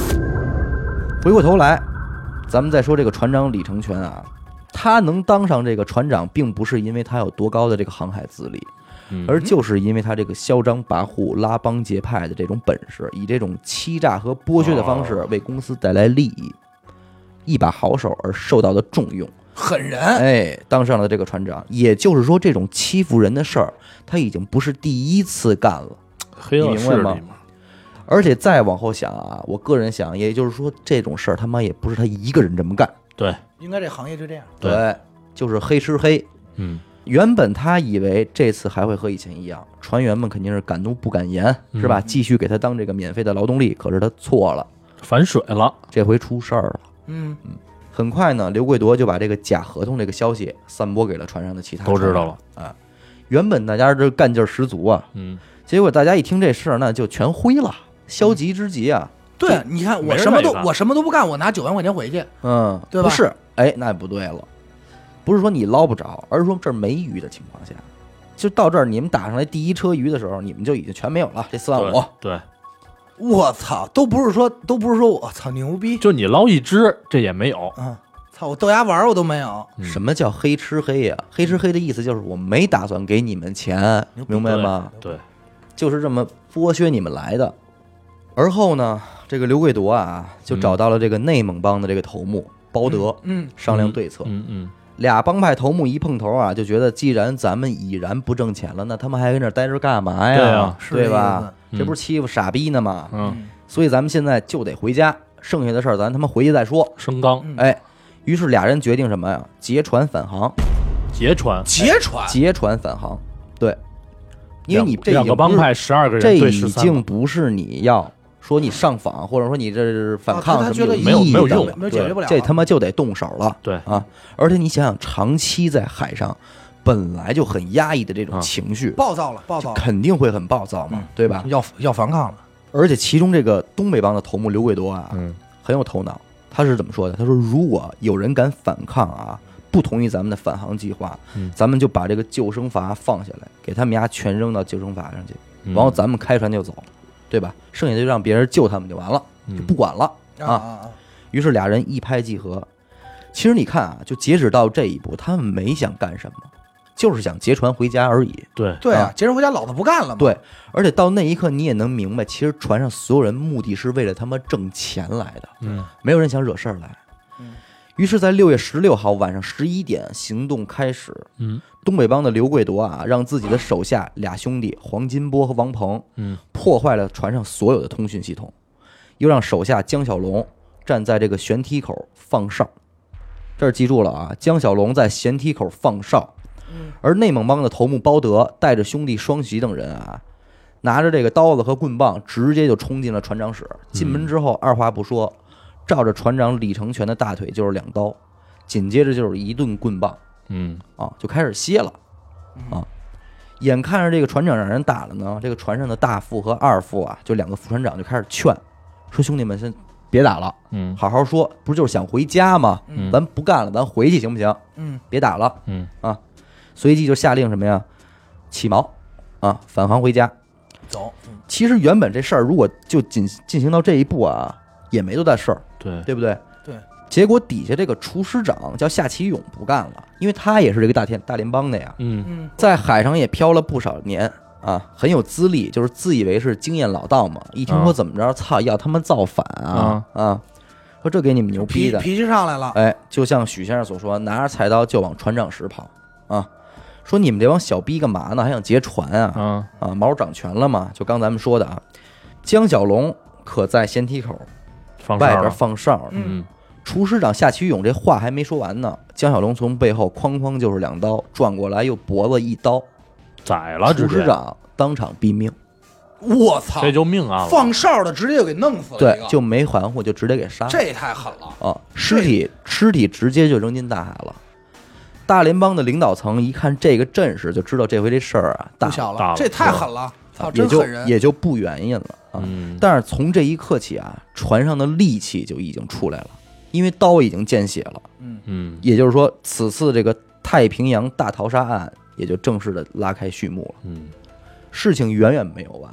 Speaker 1: 回过头来，咱们再说这个船长李成全啊，他能当上这个船长，并不是因为他有多高的这个航海资历，而就是因为他这个嚣张跋扈、拉帮结派的这种本事，以这种欺诈和剥削的方式为公司带来利益，一把好手而受到的重用。
Speaker 3: 狠人！
Speaker 1: 哎，当上了这个船长，也就是说，这种欺负人的事儿，他已经不是第一次干了。
Speaker 2: 黑恶势
Speaker 1: 你明白
Speaker 2: 力
Speaker 1: 吗
Speaker 2: 嘛，
Speaker 1: 而且再往后想啊，我个人想，也就是说，这种事儿他妈也不是他一个人这么干，
Speaker 2: 对，
Speaker 3: 应该这行业就这样。
Speaker 2: 对
Speaker 1: 就是黑吃黑。
Speaker 2: 嗯，
Speaker 1: 原本他以为这次还会和以前一样，船员们肯定是敢怒不敢言，
Speaker 2: 嗯
Speaker 1: 是吧？继续给他当这个免费的劳动力，可是他错了，
Speaker 2: 反水了，
Speaker 1: 这回出事儿了。
Speaker 3: 嗯，
Speaker 1: 很快呢，刘贵铎就把这个假合同这个消息散播给了船上的其他
Speaker 2: 都知道
Speaker 1: 了。
Speaker 2: 了，
Speaker 1: 原本大家这干劲儿十足啊，
Speaker 2: 嗯，
Speaker 1: 结果大家一听这事儿，那就全灰了，消极之极啊。
Speaker 3: 对，你看
Speaker 2: 没
Speaker 3: 我
Speaker 2: 人
Speaker 3: 什么都
Speaker 2: 愿意干
Speaker 3: 我什么都不干，我拿九万块钱回去。
Speaker 1: 嗯，
Speaker 3: 对吧
Speaker 1: 不是，哎，那不对了，不是说你捞不着，而是说这儿没鱼的情况下，就到这儿你们打上来第一车鱼的时候，你们就已经全没有了，这四万五
Speaker 2: 对，对，
Speaker 3: 我操，都不是说，都不是说我操牛逼，
Speaker 2: 就你捞一只，这也没有，
Speaker 3: 嗯，操，我豆芽丸儿我都没有。
Speaker 2: 嗯
Speaker 1: 什么叫黑吃黑呀、黑吃黑的意思就是我没打算给你们钱，明白吗？
Speaker 2: 嗯对，
Speaker 1: 就是这么剥削你们来的。而后呢，这个刘贵铎啊，就
Speaker 2: 嗯
Speaker 1: 找到了这个内蒙帮的这个头目包德，
Speaker 3: 嗯，
Speaker 1: 商量对策。
Speaker 2: 嗯嗯，
Speaker 1: 俩帮派头目一碰头啊，就觉得既然咱们已然不挣钱了，那他们还跟这儿待着干嘛呀？
Speaker 2: 对啊
Speaker 3: 是
Speaker 1: 对
Speaker 3: 这
Speaker 1: 吧？
Speaker 2: 意思
Speaker 1: 这不是欺负傻逼呢吗？
Speaker 2: 嗯，
Speaker 1: 所以咱们现在就得回家，剩下的事儿咱他妈回去再说。
Speaker 2: 升缸
Speaker 3: 嗯
Speaker 1: 哎，于是俩人决定什么呀？劫船返航，
Speaker 3: 啊
Speaker 2: 劫船，
Speaker 3: 劫船，
Speaker 1: 劫船返航。对，因为你
Speaker 2: 两
Speaker 1: 这已
Speaker 2: 两
Speaker 1: 经
Speaker 2: 个
Speaker 1: 不
Speaker 2: 帮
Speaker 1: 是
Speaker 2: 派十二个人
Speaker 1: 这
Speaker 2: 对
Speaker 1: 已
Speaker 2: 十三，
Speaker 1: 经不是你要说你上访，或者说你这是反
Speaker 3: 啊
Speaker 1: 抗
Speaker 3: 他他
Speaker 1: 什么
Speaker 3: 觉得
Speaker 1: 意
Speaker 2: 没有
Speaker 1: 义
Speaker 2: 没有
Speaker 1: 的
Speaker 2: 用
Speaker 3: 没有解决不了
Speaker 1: 这他妈就得动手了。
Speaker 2: 对
Speaker 1: 啊，而且你想想，长期在海上本来就很压抑的这种
Speaker 2: 啊
Speaker 1: 情绪，
Speaker 3: 暴躁了，暴躁了，
Speaker 1: 肯定会很暴躁嘛
Speaker 3: 嗯，
Speaker 1: 对吧？
Speaker 3: 要要反抗了。
Speaker 1: 而且其中这个东北帮的头目刘贵多啊，
Speaker 2: 嗯
Speaker 1: 很有头脑。他是怎么说的？他说：“如果有人敢反抗啊，不同意咱们的返航计划，
Speaker 2: 嗯
Speaker 1: 咱们就把这个救生筏放下来，给他们家全扔到救生筏上去，
Speaker 2: 嗯
Speaker 1: 然后咱们开船就走，对吧？剩下就让别人救他们就完了，
Speaker 2: 嗯
Speaker 1: 就不管了、
Speaker 3: 啊
Speaker 1: 啊。”
Speaker 3: 啊！
Speaker 1: 于是俩人一拍即合。其实你看啊，就截止到这一步，他们没想干什么，就是想劫船回家而已。
Speaker 2: 对，
Speaker 3: 对啊
Speaker 1: 啊，
Speaker 3: 劫人回家老子不干了嘛。
Speaker 1: 对，而且到那一刻你也能明白，其实船上所有人目的是为了他妈挣钱来的，
Speaker 2: 嗯，
Speaker 1: 没有人想惹事儿来
Speaker 3: 嗯。
Speaker 1: 于是，在六月十六号晚上十一点，行动开始。
Speaker 2: 嗯，
Speaker 1: 东北帮的刘贵铎啊，让自己的手下俩兄弟黄金波和王鹏，
Speaker 2: 嗯，
Speaker 1: 破坏了船上所有的通讯系统，又让手下江小龙站在这个舷梯口放哨。这儿记住了啊，江小龙在舷梯口放哨，而内蒙帮的头目包德带着兄弟双喜等人啊，拿着这个刀子和棍棒，直接就冲进了船长室。进门之后，二话不说，照着船长李成全的大腿就是两刀，紧接着就是一顿棍棒
Speaker 2: 嗯
Speaker 1: 啊，就开始歇了啊。眼看着这个船长让人打了呢，这个船上的大副和二副啊，就两个副船长就开始劝，说兄弟们先别打了，
Speaker 2: 嗯
Speaker 1: 好好说，不就是想回家吗？
Speaker 2: 嗯
Speaker 1: 咱不干了，咱回去行不行？
Speaker 3: 嗯，
Speaker 1: 别打了。啊
Speaker 2: 嗯
Speaker 1: 随即就下令什么呀，起锚啊，返航回家。
Speaker 3: 走，嗯
Speaker 1: 其实原本这事儿如果就进进行到这一步啊，也没多大事儿，
Speaker 2: 对，
Speaker 1: 对不对？
Speaker 3: 对。
Speaker 1: 结果底下这个厨师长叫夏启勇不干了，因为他也是这个大天大联邦的呀，
Speaker 2: 嗯
Speaker 1: 在海上也漂了不少年啊，很有资历，就是自以为是经验老道嘛。一听说
Speaker 2: 啊
Speaker 1: 怎么着，操，要他妈造反啊啊！说这给你们牛逼
Speaker 3: 脾
Speaker 1: 的，
Speaker 3: 脾气上来了，
Speaker 1: 哎，就像许先生所说，拿着菜刀就往船长室跑啊，说你们这帮小逼干嘛呢？还想劫船啊？
Speaker 2: 啊
Speaker 1: 啊，毛掌权了嘛？就刚咱们说的啊，江小龙可在舷梯口
Speaker 2: 放
Speaker 1: 外
Speaker 2: 哨
Speaker 1: 边
Speaker 2: 了
Speaker 1: 放哨呢。
Speaker 2: 嗯
Speaker 1: 厨师长夏启勇这话还没说完呢，江小龙从背后哐哐就是两刀，转过来又脖子一刀，
Speaker 2: 宰了直
Speaker 1: 厨师
Speaker 2: 接，
Speaker 1: 长当场毙命，
Speaker 3: 我操，
Speaker 2: 这就命案了，
Speaker 3: 放哨的直接就给弄哦死了一个，
Speaker 1: 对，就没含糊，就直接给杀了。
Speaker 3: 这也太狠
Speaker 1: 啊，
Speaker 3: 了，
Speaker 1: 尸体尸体直接就扔进大海了。大联邦的领导层一看这个阵势，就知道这回这事儿啊大
Speaker 3: 不小
Speaker 2: 大
Speaker 3: 了
Speaker 2: 了，
Speaker 3: 这太狠了，操，
Speaker 1: 也
Speaker 3: 真
Speaker 1: 就
Speaker 3: 狠人，
Speaker 1: 也就不原因了啊。
Speaker 2: 嗯
Speaker 1: 但是从这一刻起啊，船上的戾气就已经出来了，因为刀已经见血了。
Speaker 2: 嗯
Speaker 1: 也就是说，此次这个太平洋大逃杀案也就正式的拉开序幕了。
Speaker 2: 嗯
Speaker 1: 事情远远没有完，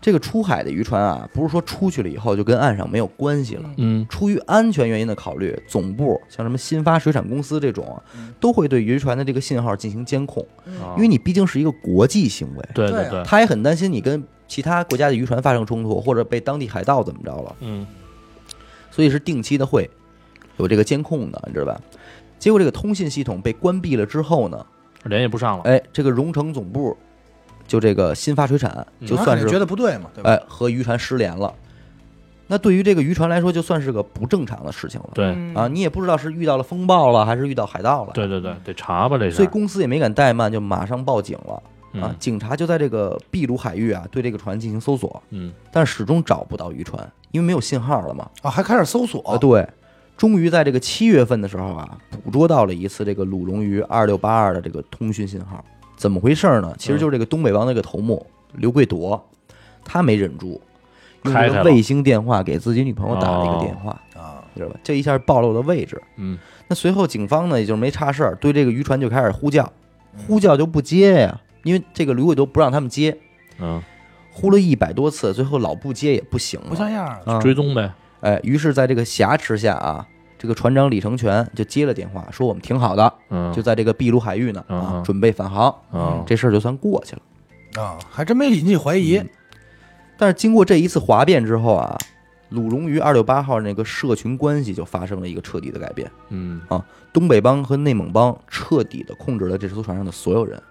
Speaker 1: 这个出海的渔船啊，不是说出去了以后就跟岸上没有关系了。
Speaker 2: 嗯
Speaker 1: 出于安全原因的考虑，总部像什么新发水产公司这种啊，
Speaker 3: 嗯
Speaker 1: 都会对渔船的这个信号进行监控，
Speaker 2: 啊
Speaker 3: 哦
Speaker 1: 因为你毕竟是一个国际行为，
Speaker 2: 对
Speaker 3: 对
Speaker 2: 对
Speaker 3: 啊
Speaker 2: 对，
Speaker 1: 他也很担心你跟其他国家的渔船发生冲突，或者被当地海盗怎么着了，
Speaker 2: 嗯
Speaker 1: 所以是定期的会有这个监控的，你知道吧？结果这个通信系统被关闭了之后呢，
Speaker 2: 联系不上了，
Speaker 1: 哎，这个荣成总部就这个新发水产就
Speaker 3: 他
Speaker 1: 算
Speaker 3: 嗯肯
Speaker 1: 是
Speaker 3: 定觉得不对嘛，对吧？
Speaker 1: 哎和渔船失联了，那对于这个渔船来说，就算是个不正常的事情了。
Speaker 2: 对
Speaker 3: 嗯
Speaker 1: 啊，，你也不知道是遇到了风暴了，还是遇到海盗了。，
Speaker 2: 对对对，得查吧这
Speaker 1: 所以
Speaker 2: 是，
Speaker 1: 公司也没敢怠慢，就马上报警了。啊
Speaker 2: 嗯，
Speaker 1: 警察就在这个秘鲁海域啊，对这个船进行搜索，
Speaker 2: 嗯
Speaker 1: 但始终找不到渔船，因为没有信号了嘛。
Speaker 3: 啊，还开始搜索，
Speaker 1: 啊，对，终于在这个七月份的时候啊，捕捉到了一次这个鲁龙鱼二六八二的这个通讯信号。怎么回事呢？
Speaker 2: 嗯
Speaker 1: 其实就是这个东北王那个头目刘贵铎，他没忍住，用
Speaker 2: 开
Speaker 1: 这
Speaker 2: 开
Speaker 1: 个
Speaker 2: 了哦
Speaker 1: 卫星电话给自己女朋友打了一个电话，
Speaker 3: 啊，
Speaker 1: 你知道吧？这一下暴露了位置。
Speaker 2: 嗯
Speaker 1: 那随后警方呢，也就是没差事儿，对这个渔船就开始呼叫，呼叫就不接呀、因为这个吕鬼都不让他们接，
Speaker 2: 嗯，
Speaker 1: 呼了一百多次，最后老不接也不行
Speaker 3: 不
Speaker 1: 了。
Speaker 3: 像样儿，
Speaker 1: 啊
Speaker 2: 追踪呗，
Speaker 1: 哎，于是在这个挟持下啊，这个船长李成全就接了电话，说我们挺好的，
Speaker 2: 嗯
Speaker 1: 啊就在这个秘鲁海域呢
Speaker 2: 嗯
Speaker 1: 啊
Speaker 2: 嗯，
Speaker 1: 准备返航，
Speaker 2: 嗯
Speaker 1: 这事儿就算过去了。
Speaker 3: 啊，还真没引起怀疑，
Speaker 1: 嗯但是经过这一次哗变之后啊，鲁荣鱼二六八号那个社群关系就发生了一个彻底的改变。
Speaker 2: 嗯
Speaker 1: 东北帮和内蒙帮彻底的控制了这艘船上的所有人。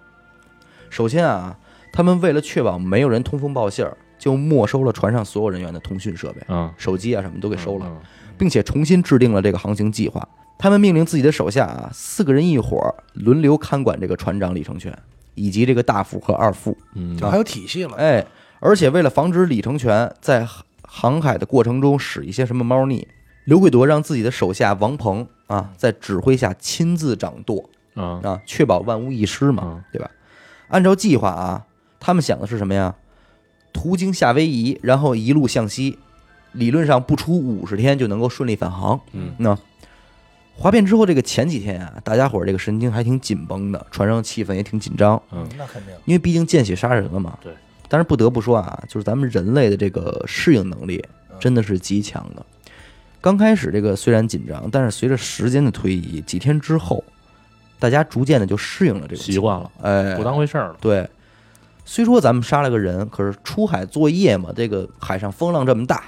Speaker 1: 首先啊，他们为了确保没有人通风报信儿，就没收了船上所有人员的通讯设备、
Speaker 2: 嗯
Speaker 1: 手机啊什么都给收了，
Speaker 2: 嗯
Speaker 1: 并且重新制定了这个航行计划。他们命令自己的手下啊，四个人一伙儿轮流看管这个船长李成全以及这个大副和二副。
Speaker 2: 嗯
Speaker 3: 就还有体系了，
Speaker 1: 哎，而且为了防止李成全在航航海的过程中使一些什么猫腻，刘贵铎让自己的手下王鹏啊，在指挥下亲自掌舵
Speaker 2: 嗯
Speaker 1: 啊，确保万无一失嘛
Speaker 2: 嗯，
Speaker 1: 对吧？按照计划啊，他们想的是什么呀？途经夏威夷，然后一路向西，理论上不出五十天就能够顺利返航。
Speaker 2: 嗯，
Speaker 1: 那哗变之后，这个前几天啊，大家伙儿这个神经还挺紧绷的，船上气氛也挺紧张。
Speaker 3: 嗯那肯定，
Speaker 1: 因为毕竟见血杀人了嘛。
Speaker 2: 对。
Speaker 1: 但是不得不说啊，就是咱们人类的这个适应能力
Speaker 2: 嗯
Speaker 1: 真的是极强的。刚开始这个虽然紧张，但是随着时间的推移，几天之后，大家逐渐的就适应了这个
Speaker 2: 习惯了，
Speaker 1: 哎
Speaker 2: 不，当回事儿了，
Speaker 1: 对。虽说咱们杀了个人，可是出海作业嘛，这个海上风浪这么大，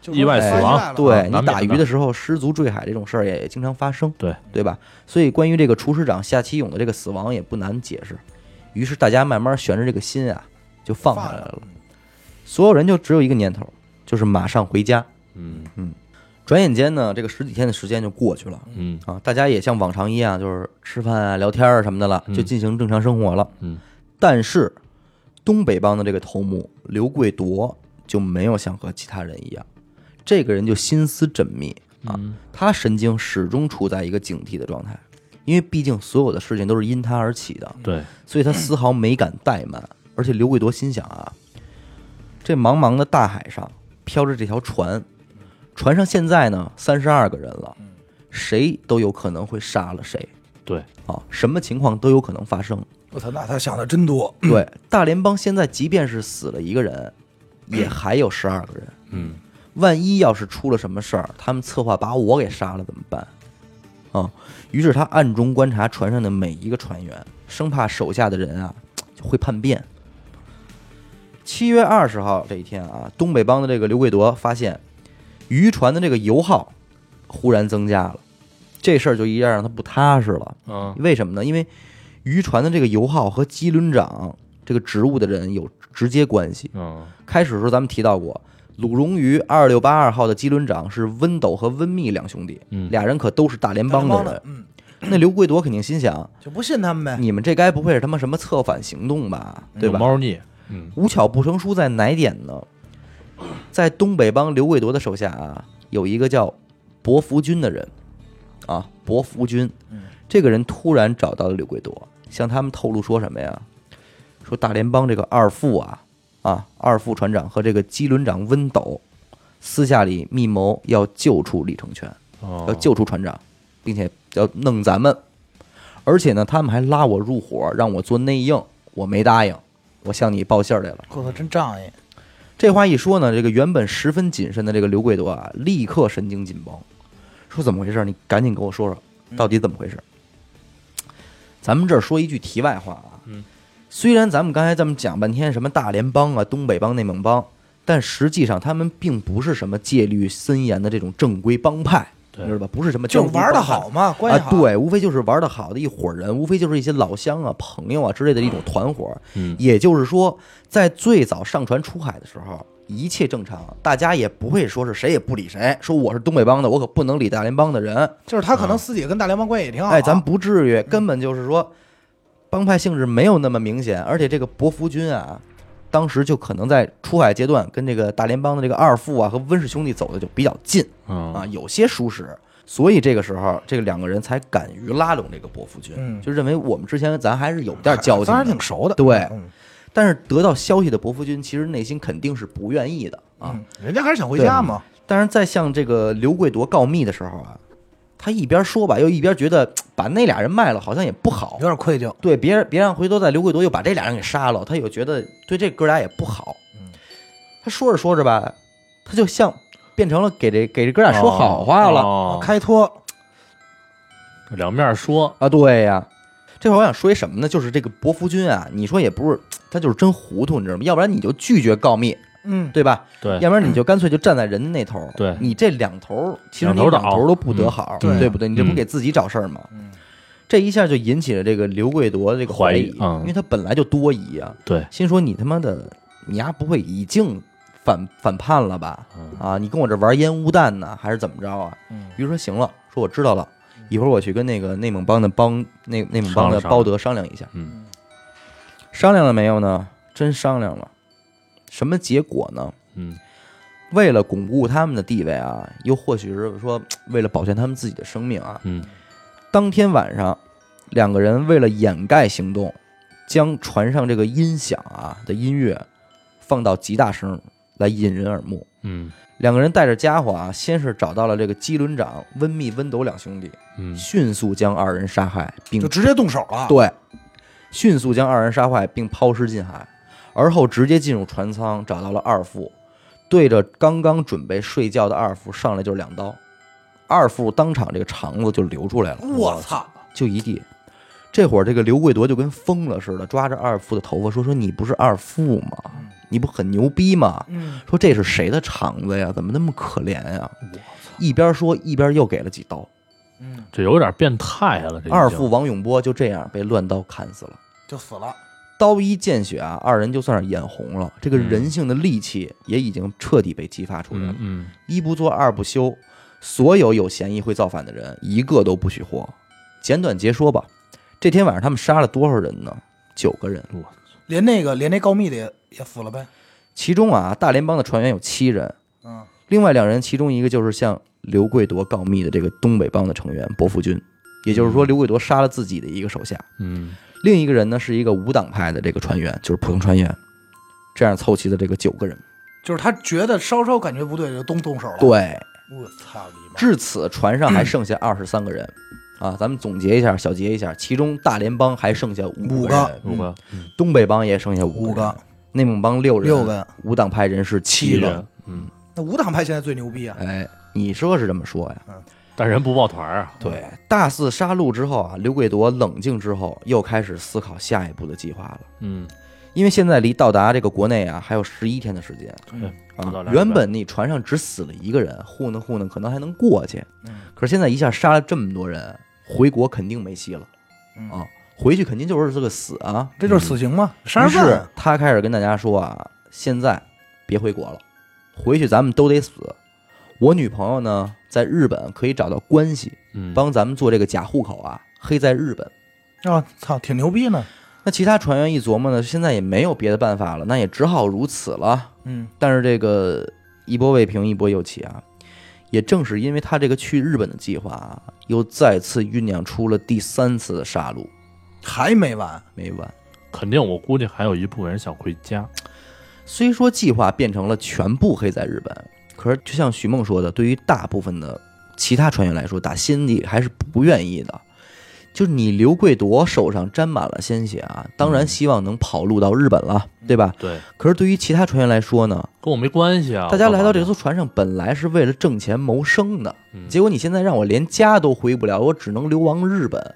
Speaker 3: 就是
Speaker 2: 意外
Speaker 3: 翻
Speaker 2: 哎死
Speaker 3: 出
Speaker 2: 亡啊
Speaker 3: 来了
Speaker 1: 哎对
Speaker 2: 难免
Speaker 1: 你打
Speaker 2: 的
Speaker 1: 鱼的时候失足坠海这种事儿也经常发生，
Speaker 2: 对
Speaker 1: 对吧？所以关于这个厨师长夏启勇的这个死亡也不难解释。于是大家慢慢悬着这个心啊，就放下来了。
Speaker 3: 嗯
Speaker 1: 所有人就只有一个念头，就是马上回家。
Speaker 2: 嗯
Speaker 1: 转眼间呢，这个十几天的时间就过去了
Speaker 2: 嗯
Speaker 1: 啊，大家也像往常一样，就是吃饭啊、聊天啊什么的了，就进行正常生活了。
Speaker 2: 嗯，
Speaker 1: 但是东北帮的这个头目刘贵铎就没有像和其他人一样，这个人就心思缜密啊，
Speaker 2: 嗯
Speaker 1: 他神经始终处在一个警惕的状态，因为毕竟所有的事情都是因他而起的，
Speaker 2: 嗯对，
Speaker 1: 所以他丝毫没敢怠慢。而且刘贵铎心想啊，这茫茫的大海上飘着这条船，船上现在呢三十二个人了，谁都有可能会杀了谁
Speaker 2: 对，
Speaker 1: 啊，什么情况都有可能发生。
Speaker 3: 我操，那他想的真多。
Speaker 1: 对，大联邦现在即便是死了一个人，也还有十二个人。
Speaker 2: 嗯，
Speaker 1: 万一要是出了什么事儿，他们策划把我给杀了怎么办？啊，于是他暗中观察船上的每一个船员，生怕手下的人啊就会叛变。七月二十号这一天啊，东北帮的这个刘贵铎发现渔船的这个油耗忽然增加了，这事儿就一下让他不踏实了。
Speaker 2: 嗯
Speaker 1: 为什么呢？因为渔船的这个油耗和机轮长这个职务的人有直接关系。
Speaker 2: 嗯
Speaker 1: 开始的时候咱们提到过，鲁荣于二六八二号的机轮长是温斗和温密两兄弟，
Speaker 2: 嗯
Speaker 1: 俩人可都是大联
Speaker 3: 帮
Speaker 1: 邦的
Speaker 3: 的
Speaker 1: 人。，
Speaker 3: 嗯，
Speaker 1: 那刘贵铎肯定心想，
Speaker 3: 就不信他们呗。
Speaker 1: 你们这该不会是他妈什么策反行动吧？对
Speaker 2: 有
Speaker 1: 吧？
Speaker 2: 猫腻，嗯
Speaker 1: 无巧不成书在哪点呢？在东北帮刘贵铎的手下啊，有一个叫薄福军的人，啊，薄福军，这个人突然找到了刘贵铎，向他们透露说什么呀？说大联邦这个二副啊，啊，二副船长和这个机轮长温斗，私下里密谋要救出李成全，要
Speaker 2: 哦，
Speaker 1: 救出船长，并且要弄咱们，而且呢，他们还拉我入伙，让我做内应，我没答应，我向你报信儿来了。
Speaker 3: 我操，真仗义。
Speaker 1: 这话一说呢，这个原本十分谨慎的这个刘贵铎啊，立刻神经紧绷，说怎么回事？你赶紧给我说
Speaker 3: 嗯
Speaker 1: 说，到底怎么回事？咱们这儿说一句题外话啊，
Speaker 2: 嗯，
Speaker 1: 虽然咱们刚才这么讲半天什么大联邦啊、东北帮、内蒙帮，但实际上他们并不是什么戒律森严的这种正规帮派，
Speaker 2: 对
Speaker 1: 你知道吧？不是什么
Speaker 3: 就
Speaker 1: 江湖
Speaker 3: 是玩的
Speaker 1: 帮派
Speaker 3: 好嘛，关系
Speaker 1: 啊，
Speaker 3: 好。，
Speaker 1: 对，无非就是玩的好的一伙人，无非就是一些老乡啊、朋友啊之类的一种团伙。
Speaker 2: 嗯
Speaker 1: 也就是说，在最早上船出海的时候，一切正常，大家也不会说是谁也不理谁，说我是东北帮的，我可不能理大联邦的人。
Speaker 3: 就是他可能私底下跟大联邦关系也挺好。
Speaker 1: 啊
Speaker 3: 啊
Speaker 1: 哎，咱不至
Speaker 3: 嗯
Speaker 1: 于，根本就是说，帮派性质没有那么明显。而且这个伯福军啊，当时就可能在出海阶段跟这个大联邦的这个二副啊和温氏兄弟走的就比较近。啊，
Speaker 2: 嗯
Speaker 1: 有些熟识，所以这个时候这两个人才敢于拉拢这个伯福军，
Speaker 3: 嗯
Speaker 1: 就认为我们之前咱还是有点交情
Speaker 3: 当然
Speaker 1: 的
Speaker 3: 挺。熟的。
Speaker 1: 对
Speaker 3: 嗯
Speaker 1: 但是得到消息的伯福军其实内心肯定是不愿意的啊。嗯
Speaker 3: 嗯，人家还是想回家嘛。
Speaker 1: 但是在向这个刘贵铎告密的时候啊，他一边说吧，又一边觉得嘖把那俩人卖了好像也不好
Speaker 3: 有，点愧疚。
Speaker 1: 对，别别让回头再刘贵铎又把这俩人给杀了，他又觉得对这哥俩也不好。
Speaker 3: 嗯
Speaker 1: 他说着说着吧，他就像变成了给这给这哥俩说好话了。
Speaker 2: 哦
Speaker 3: 开脱，
Speaker 2: 两面说，
Speaker 1: 啊，对呀、这会儿我想说一什么呢？就是这个伯福军啊，你说也不是，他就是真糊涂，你知道吗？要不然你就拒绝告密，
Speaker 3: 嗯，
Speaker 1: 对吧？
Speaker 2: 对
Speaker 1: 要不然你就干脆就站在人家那头儿。
Speaker 2: 对
Speaker 1: 你这两头儿，其实
Speaker 2: 两
Speaker 1: 你
Speaker 2: 头
Speaker 1: 两
Speaker 2: 倒
Speaker 1: 头儿都不得好，
Speaker 3: 嗯
Speaker 1: 对不对？你这不
Speaker 2: 嗯
Speaker 1: 给自己找事儿吗？这一下就引起了这个刘贵铎的这个
Speaker 2: 怀疑
Speaker 1: 疑，
Speaker 2: 嗯
Speaker 1: 因为他本来就多疑啊，
Speaker 2: 对，
Speaker 1: 心说你他妈的，你丫不会已经反反叛了吧？
Speaker 2: 嗯
Speaker 1: 啊，你跟我这玩烟雾弹呢，还是怎么着啊？
Speaker 3: 嗯
Speaker 1: 于是说行了，说我知道了，一会儿我去跟那个内蒙帮的帮内内蒙帮的
Speaker 2: 商量商量
Speaker 1: 包德商量一下。
Speaker 2: 嗯，
Speaker 1: 商量了没有呢？真商量了，什么结果呢？
Speaker 2: 嗯
Speaker 1: 为了巩固他们的地位啊，又或许是说为了保全他们自己的生命啊，
Speaker 2: 嗯
Speaker 1: 当天晚上，两个人为了掩盖行动，将船上这个音响啊的音乐放到极大声来引人耳目。
Speaker 2: 嗯
Speaker 1: 两个人带着家伙啊，先是找到了这个机轮长温密、温斗两兄弟，
Speaker 2: 嗯
Speaker 1: 迅速将二人杀害，并
Speaker 3: 就直接动手了。，
Speaker 1: 对，迅速将二人杀害并抛尸进海，而后直接进入船舱，找到了二副，对着刚刚准备睡觉的二副上来就是两刀，二副当场这个肠子就流出来了。
Speaker 3: 我操，
Speaker 1: 就一地。这会儿这个刘贵铎就跟疯了似的，抓着二副的头发说：“说你不是二副吗？
Speaker 3: 嗯
Speaker 1: 你不很牛逼吗？说这是谁的肠子呀？怎么那么可怜呀？”一边说一边又给了几刀。
Speaker 3: 嗯
Speaker 2: 这有点变态了，这已经
Speaker 1: 二副王永波就这样被乱刀砍死了，
Speaker 3: 就死了。
Speaker 1: 刀一见血啊，二人就算是眼红了，这个人性的戾气也已经彻底被激发出来了
Speaker 2: 嗯。嗯
Speaker 1: 一不做二不休，所有有嫌疑会造反的人一个都不许活。简短截说吧，这天晚上他们杀了多少人呢？九个人，
Speaker 3: 连那个连那告密的也也服了呗。
Speaker 1: 其中啊，大联邦的船员有七人，
Speaker 3: 嗯，
Speaker 1: 另外两人，其中一个就是向刘贵铎告密的这个东北帮的成员薄福军，也就是说，刘贵铎杀了自己的一个手下。
Speaker 2: 嗯，
Speaker 1: 另一个人呢是一个无党派的这个船员，就是普通船员。这样凑齐的这个九个人，
Speaker 3: 就是他觉得稍稍感觉不对，就动动手了。，
Speaker 1: 对，
Speaker 3: 我操你妈！
Speaker 1: 至此船上还剩下二十三个人。啊，咱们总结一下，小结一下，其中大联邦还剩下五
Speaker 3: 五
Speaker 1: 个人
Speaker 3: 个，
Speaker 2: 五个
Speaker 1: 东北帮也剩下五
Speaker 3: 五
Speaker 1: 个人
Speaker 3: 个，
Speaker 1: 内蒙帮六人，
Speaker 3: 六个，
Speaker 1: 无党派人士七
Speaker 2: 一
Speaker 1: 个。
Speaker 2: 人，嗯，
Speaker 3: 那无党派现在最牛逼啊！
Speaker 1: 哎，你说是这么说呀？
Speaker 2: 但人不抱团儿啊，
Speaker 1: 对，大肆杀戮之后啊，刘贵铎冷静之后，又开始思考下一步的计划了。
Speaker 2: 嗯，
Speaker 1: 因为现在离到达这个国内啊，还有十一天的时间
Speaker 2: 嗯不到
Speaker 1: 啊
Speaker 2: 两。个
Speaker 1: 原本你船上只死了一个人，糊弄糊弄可能还能过去，
Speaker 3: 嗯
Speaker 1: 可是现在一下杀了这么多人，回国肯定没戏了
Speaker 3: 嗯
Speaker 1: 啊！回去肯定就是这个死啊！
Speaker 3: 这就是死刑吗？杀
Speaker 1: 于
Speaker 3: 人
Speaker 1: 是
Speaker 3: 犯，
Speaker 1: 他开始跟大家说啊，现在别回国了，回去咱们都得死。我女朋友呢，在日本可以找到关系，
Speaker 2: 嗯，
Speaker 1: 帮咱们做这个假户口啊，黑在日本。
Speaker 3: 啊，操，挺牛逼呢。
Speaker 1: 那其他船员一琢磨呢，现在也没有别的办法了，那也只好如此了。
Speaker 3: 嗯，
Speaker 1: 但是这个一波未平，一波又起啊！也正是因为他这个去日本的计划啊，又再次酝酿出了第三次的杀戮，
Speaker 3: 还没完，
Speaker 1: 没完。
Speaker 2: 肯定我估计还有一部分人想回家，
Speaker 1: 虽说计划变成了全部黑在日本，可是就像徐梦说的，对于大部分的其他船员来说，打心底还是不愿意的。就是你刘贵铎手上沾满了鲜血啊，当
Speaker 2: 嗯
Speaker 1: 然希望能跑路到日本了，对吧？
Speaker 2: 对，
Speaker 1: 可是对于其他船员来说呢，
Speaker 2: 跟我没关系啊，
Speaker 1: 大家来到这
Speaker 2: 个，
Speaker 1: 艘船上本来是为了挣钱谋生的，
Speaker 2: 嗯
Speaker 1: 结果你现在让我连家都回不了，我只能流亡日本，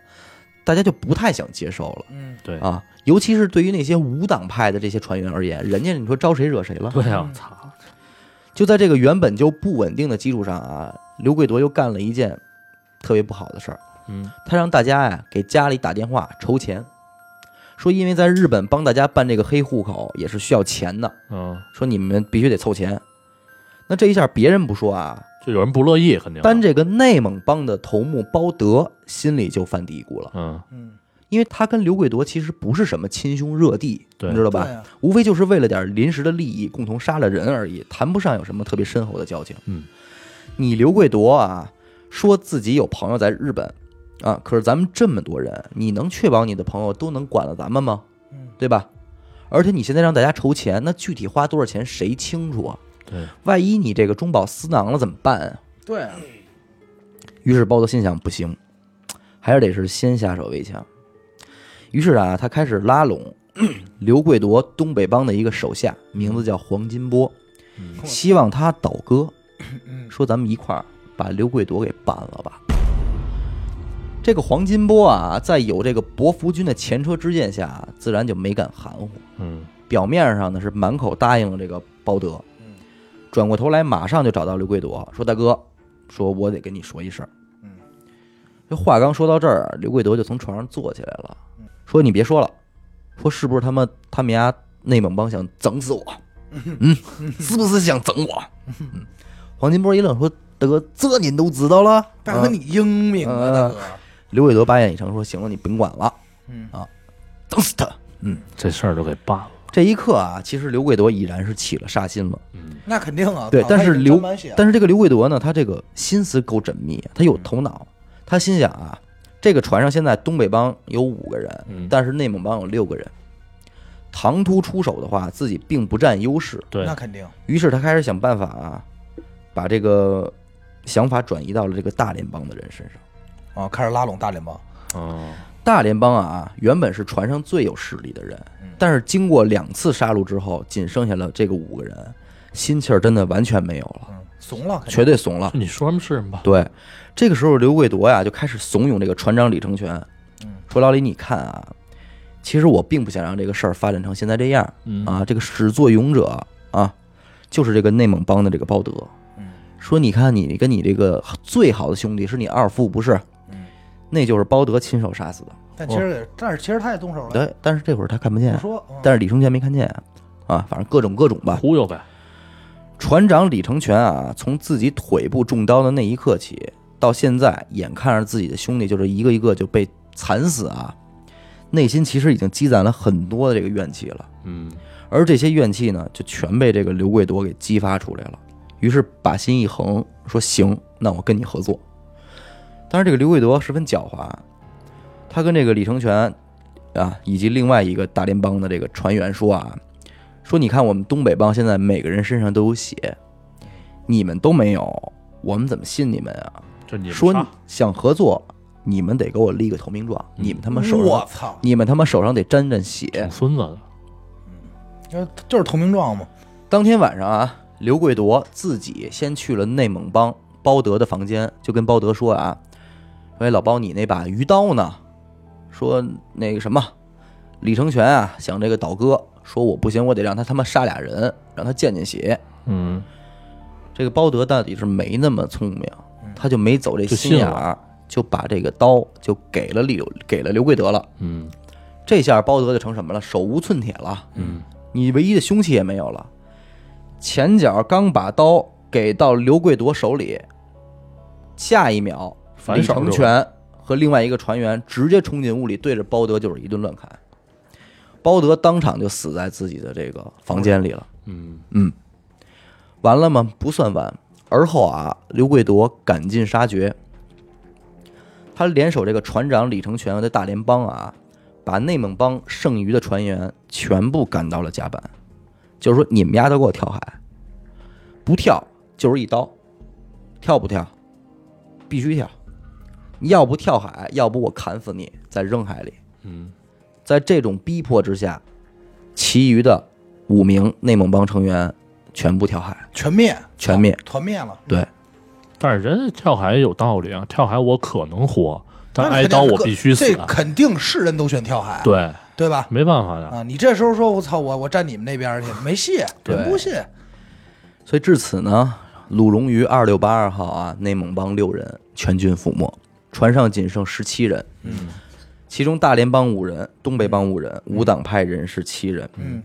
Speaker 1: 大家就不太想接受了
Speaker 3: 嗯，
Speaker 2: 对，
Speaker 1: 啊。尤其是对于那些无党派的这些船员而言，人家你说招谁惹谁了？
Speaker 2: 对啊，操，
Speaker 1: 就在这个原本就不稳定的基础上啊，刘贵铎又干了一件特别不好的事儿，
Speaker 2: 嗯，
Speaker 1: 他让大家呀、给家里打电话筹钱，说因为在日本帮大家办这个黑户口也是需要钱的，
Speaker 2: 嗯，
Speaker 1: 说你们必须得凑钱。那这一下别人不说啊，
Speaker 2: 就有人不乐意，肯定，啊
Speaker 1: 单这个内蒙帮的头目包德心里就犯嘀咕了，
Speaker 2: 嗯，
Speaker 3: 嗯，
Speaker 1: 因为他跟刘贵铎其实不是什么亲兄热弟，
Speaker 2: 对
Speaker 1: 你知道
Speaker 3: 对啊
Speaker 1: 吧？
Speaker 3: 呀，
Speaker 1: 无非就是为了点临时的利益，共同杀了人而已，谈不上有什么特别深厚的交情。
Speaker 2: 嗯，
Speaker 1: 你刘贵铎啊，说自己有朋友在日本啊，可是咱们这么多人，你能确保你的朋友都能管了咱们吗？
Speaker 3: 嗯，
Speaker 1: 对吧？而且你现在让大家筹钱，那具体花多少钱谁清楚啊？
Speaker 2: 对，
Speaker 1: 万一你这个中饱私囊了怎么办啊？
Speaker 3: 对啊，
Speaker 1: 于是包子心想，不行，还是得是先下手为强。于是啊，他开始拉拢刘贵铎东北帮的一个手下，名字叫黄金波，希望他倒戈，说咱们一块儿把刘贵铎给办了吧。这个黄金波啊，在有这个薄福军的前车之鉴下，自然就没敢含糊。
Speaker 2: 嗯，
Speaker 1: 表面上呢是满口答应了这个包德，
Speaker 3: 嗯
Speaker 1: 转过头来马上就找到刘贵铎，说：“大哥，说我得跟你说一事儿。”
Speaker 3: 嗯，
Speaker 1: 这话刚说到这儿，刘贵铎就从床上坐起来了，说：“你别说了，说是不是他妈他们家内蒙帮想整 死我？嗯，是不是想整我？”嗯、黄金波一愣，说：“大哥，这您都知道了？”
Speaker 3: 大哥你英明
Speaker 1: 嗯
Speaker 3: 啊，大哥，
Speaker 1: 刘贵铎把眼一睁，说：“行了，你甭管了，
Speaker 3: 嗯
Speaker 1: 啊，整死他。”嗯，
Speaker 2: 这事儿就给办了，
Speaker 1: 这一刻啊，其实刘贵铎已然是起了杀心了。
Speaker 2: 嗯，
Speaker 3: 那肯定啊，
Speaker 1: 对，
Speaker 3: 脑袋
Speaker 1: 但是
Speaker 3: 已经
Speaker 1: 刘
Speaker 3: 沾满血了，
Speaker 1: 但是这个刘贵铎呢，他这个心思够缜密，他有头
Speaker 3: 嗯
Speaker 1: 脑，他心想啊，这个船上现在东北帮有五个人，
Speaker 2: 嗯
Speaker 1: 但是内蒙帮有六个人，唐突出手的话，自己并不占优势，
Speaker 2: 对
Speaker 3: 那，肯定，
Speaker 1: 于是他开始想办法啊，把这个想法转移到了这个大联邦的人身上。
Speaker 3: 啊，开始拉拢大联邦，
Speaker 2: 嗯，
Speaker 1: 大联邦啊，原本是船上最有实力的人
Speaker 3: 嗯，
Speaker 1: 但是经过两次杀戮之后，仅剩下了这个五个人，心气儿真的完全没有了，
Speaker 3: 嗯，怂了，肯定
Speaker 1: 绝对怂了。
Speaker 2: 你说什么是什么吧，
Speaker 1: 对，这个时候刘贵铎呀就开始怂恿这个船长李成全，
Speaker 3: 嗯
Speaker 1: 说老李，你看啊，其实我并不想让这个事儿发展成现在这样
Speaker 2: 嗯
Speaker 1: 啊，这个始作俑者啊，就是这个内蒙帮的这个包德，
Speaker 3: 嗯
Speaker 1: 说你看你跟你这个最好的兄弟是你二夫不是
Speaker 3: 嗯，
Speaker 1: 那就是包德亲手杀死的。
Speaker 3: 但其实也，但是其实他也动手了，
Speaker 1: 对，但是这会儿他看不
Speaker 3: 不
Speaker 1: 见，
Speaker 3: 说，嗯
Speaker 1: 但是李成全没看见啊，啊，反正各种各种吧。
Speaker 2: 忽悠呗，
Speaker 1: 船长李成全啊，从自己腿部中刀的那一刻起，到现在，眼看着自己的兄弟就是一个一个就被惨死啊，内心其实已经积攒了很多的这个怨气了。
Speaker 2: 嗯，
Speaker 1: 而这些怨气呢，就全被这个刘贵夺给激发出来了。于是把心一横，说：“行，那我跟你合作。”当然，这个刘贵夺十分狡猾，他跟这个李成全啊，以及另外一个大联邦的这个船员说啊，说你看我们东北帮现在每个人身上都有血，你们都没有，我们怎么信你们啊？
Speaker 2: 就你们
Speaker 1: 说
Speaker 2: 仨
Speaker 1: 想合作，你们得给我立个投名状，
Speaker 2: 嗯
Speaker 1: 你们他妈手
Speaker 3: 我
Speaker 1: 上，
Speaker 3: 操，
Speaker 1: 你们他妈手上得沾沾血。
Speaker 2: 挺孙子的，
Speaker 3: 就是就是投名状嘛，
Speaker 1: 当天晚上啊，刘贵铎自己先去了内蒙帮包德的房间，就跟包德说啊：“说哎，老包，你那把鱼刀呢？说那个什么，李成全啊，想这个倒戈，说我不行，我得让他他妈杀俩人，让他见见血。
Speaker 2: 嗯，
Speaker 1: 这个包德到底是没那么聪明，他就没走这
Speaker 2: 就
Speaker 1: 心眼
Speaker 2: 信
Speaker 1: 儿，就把这个刀就给了李给了刘贵德了。
Speaker 2: 嗯
Speaker 1: 这下包德就成什么了？手无寸铁了。
Speaker 2: 嗯，
Speaker 1: 你唯一的凶器也没有了。前脚刚把刀给到刘贵夺手里，下一秒，
Speaker 2: 反
Speaker 1: 李
Speaker 2: 手就
Speaker 1: 成全和另外一个船员直接冲进屋里，对着包德就是一顿乱砍。包德当场就死在自己的这个房间里了。
Speaker 2: 嗯
Speaker 1: 完了吗？不算完。而后啊，刘贵铎赶尽杀绝，他联手这个船长李成全和大联帮啊，把内蒙帮剩余的船员全部赶到了甲板，就是说你们丫都给我跳海，不跳就是一刀，跳不跳？必须跳，要不跳海，要不我砍死你，再扔海里。
Speaker 2: 嗯，
Speaker 1: 在这种逼迫之下，其余的五名内蒙帮成员全部跳海。
Speaker 3: 全灭，
Speaker 1: 全灭
Speaker 3: 团灭了。
Speaker 1: 对，
Speaker 2: 但是人家跳海有道理啊，跳海我可能活，但
Speaker 3: 那
Speaker 2: 挨
Speaker 3: 肯定
Speaker 2: 刀
Speaker 3: 是
Speaker 2: 我
Speaker 3: 个
Speaker 2: 必须死啊
Speaker 3: 这，肯定是人都选跳海，
Speaker 2: 对，
Speaker 3: 对吧？
Speaker 2: 没办法的，
Speaker 3: 啊，你这时候说我操，我我站你们那边儿去，没戏，
Speaker 1: 对
Speaker 3: 人不信。
Speaker 1: 所以至此呢，鲁荣于二六八二号啊，内蒙帮六人全军覆没，船上仅剩十七人，嗯，其中大连帮五人，东北帮五人，无党派人士七人，
Speaker 3: 嗯，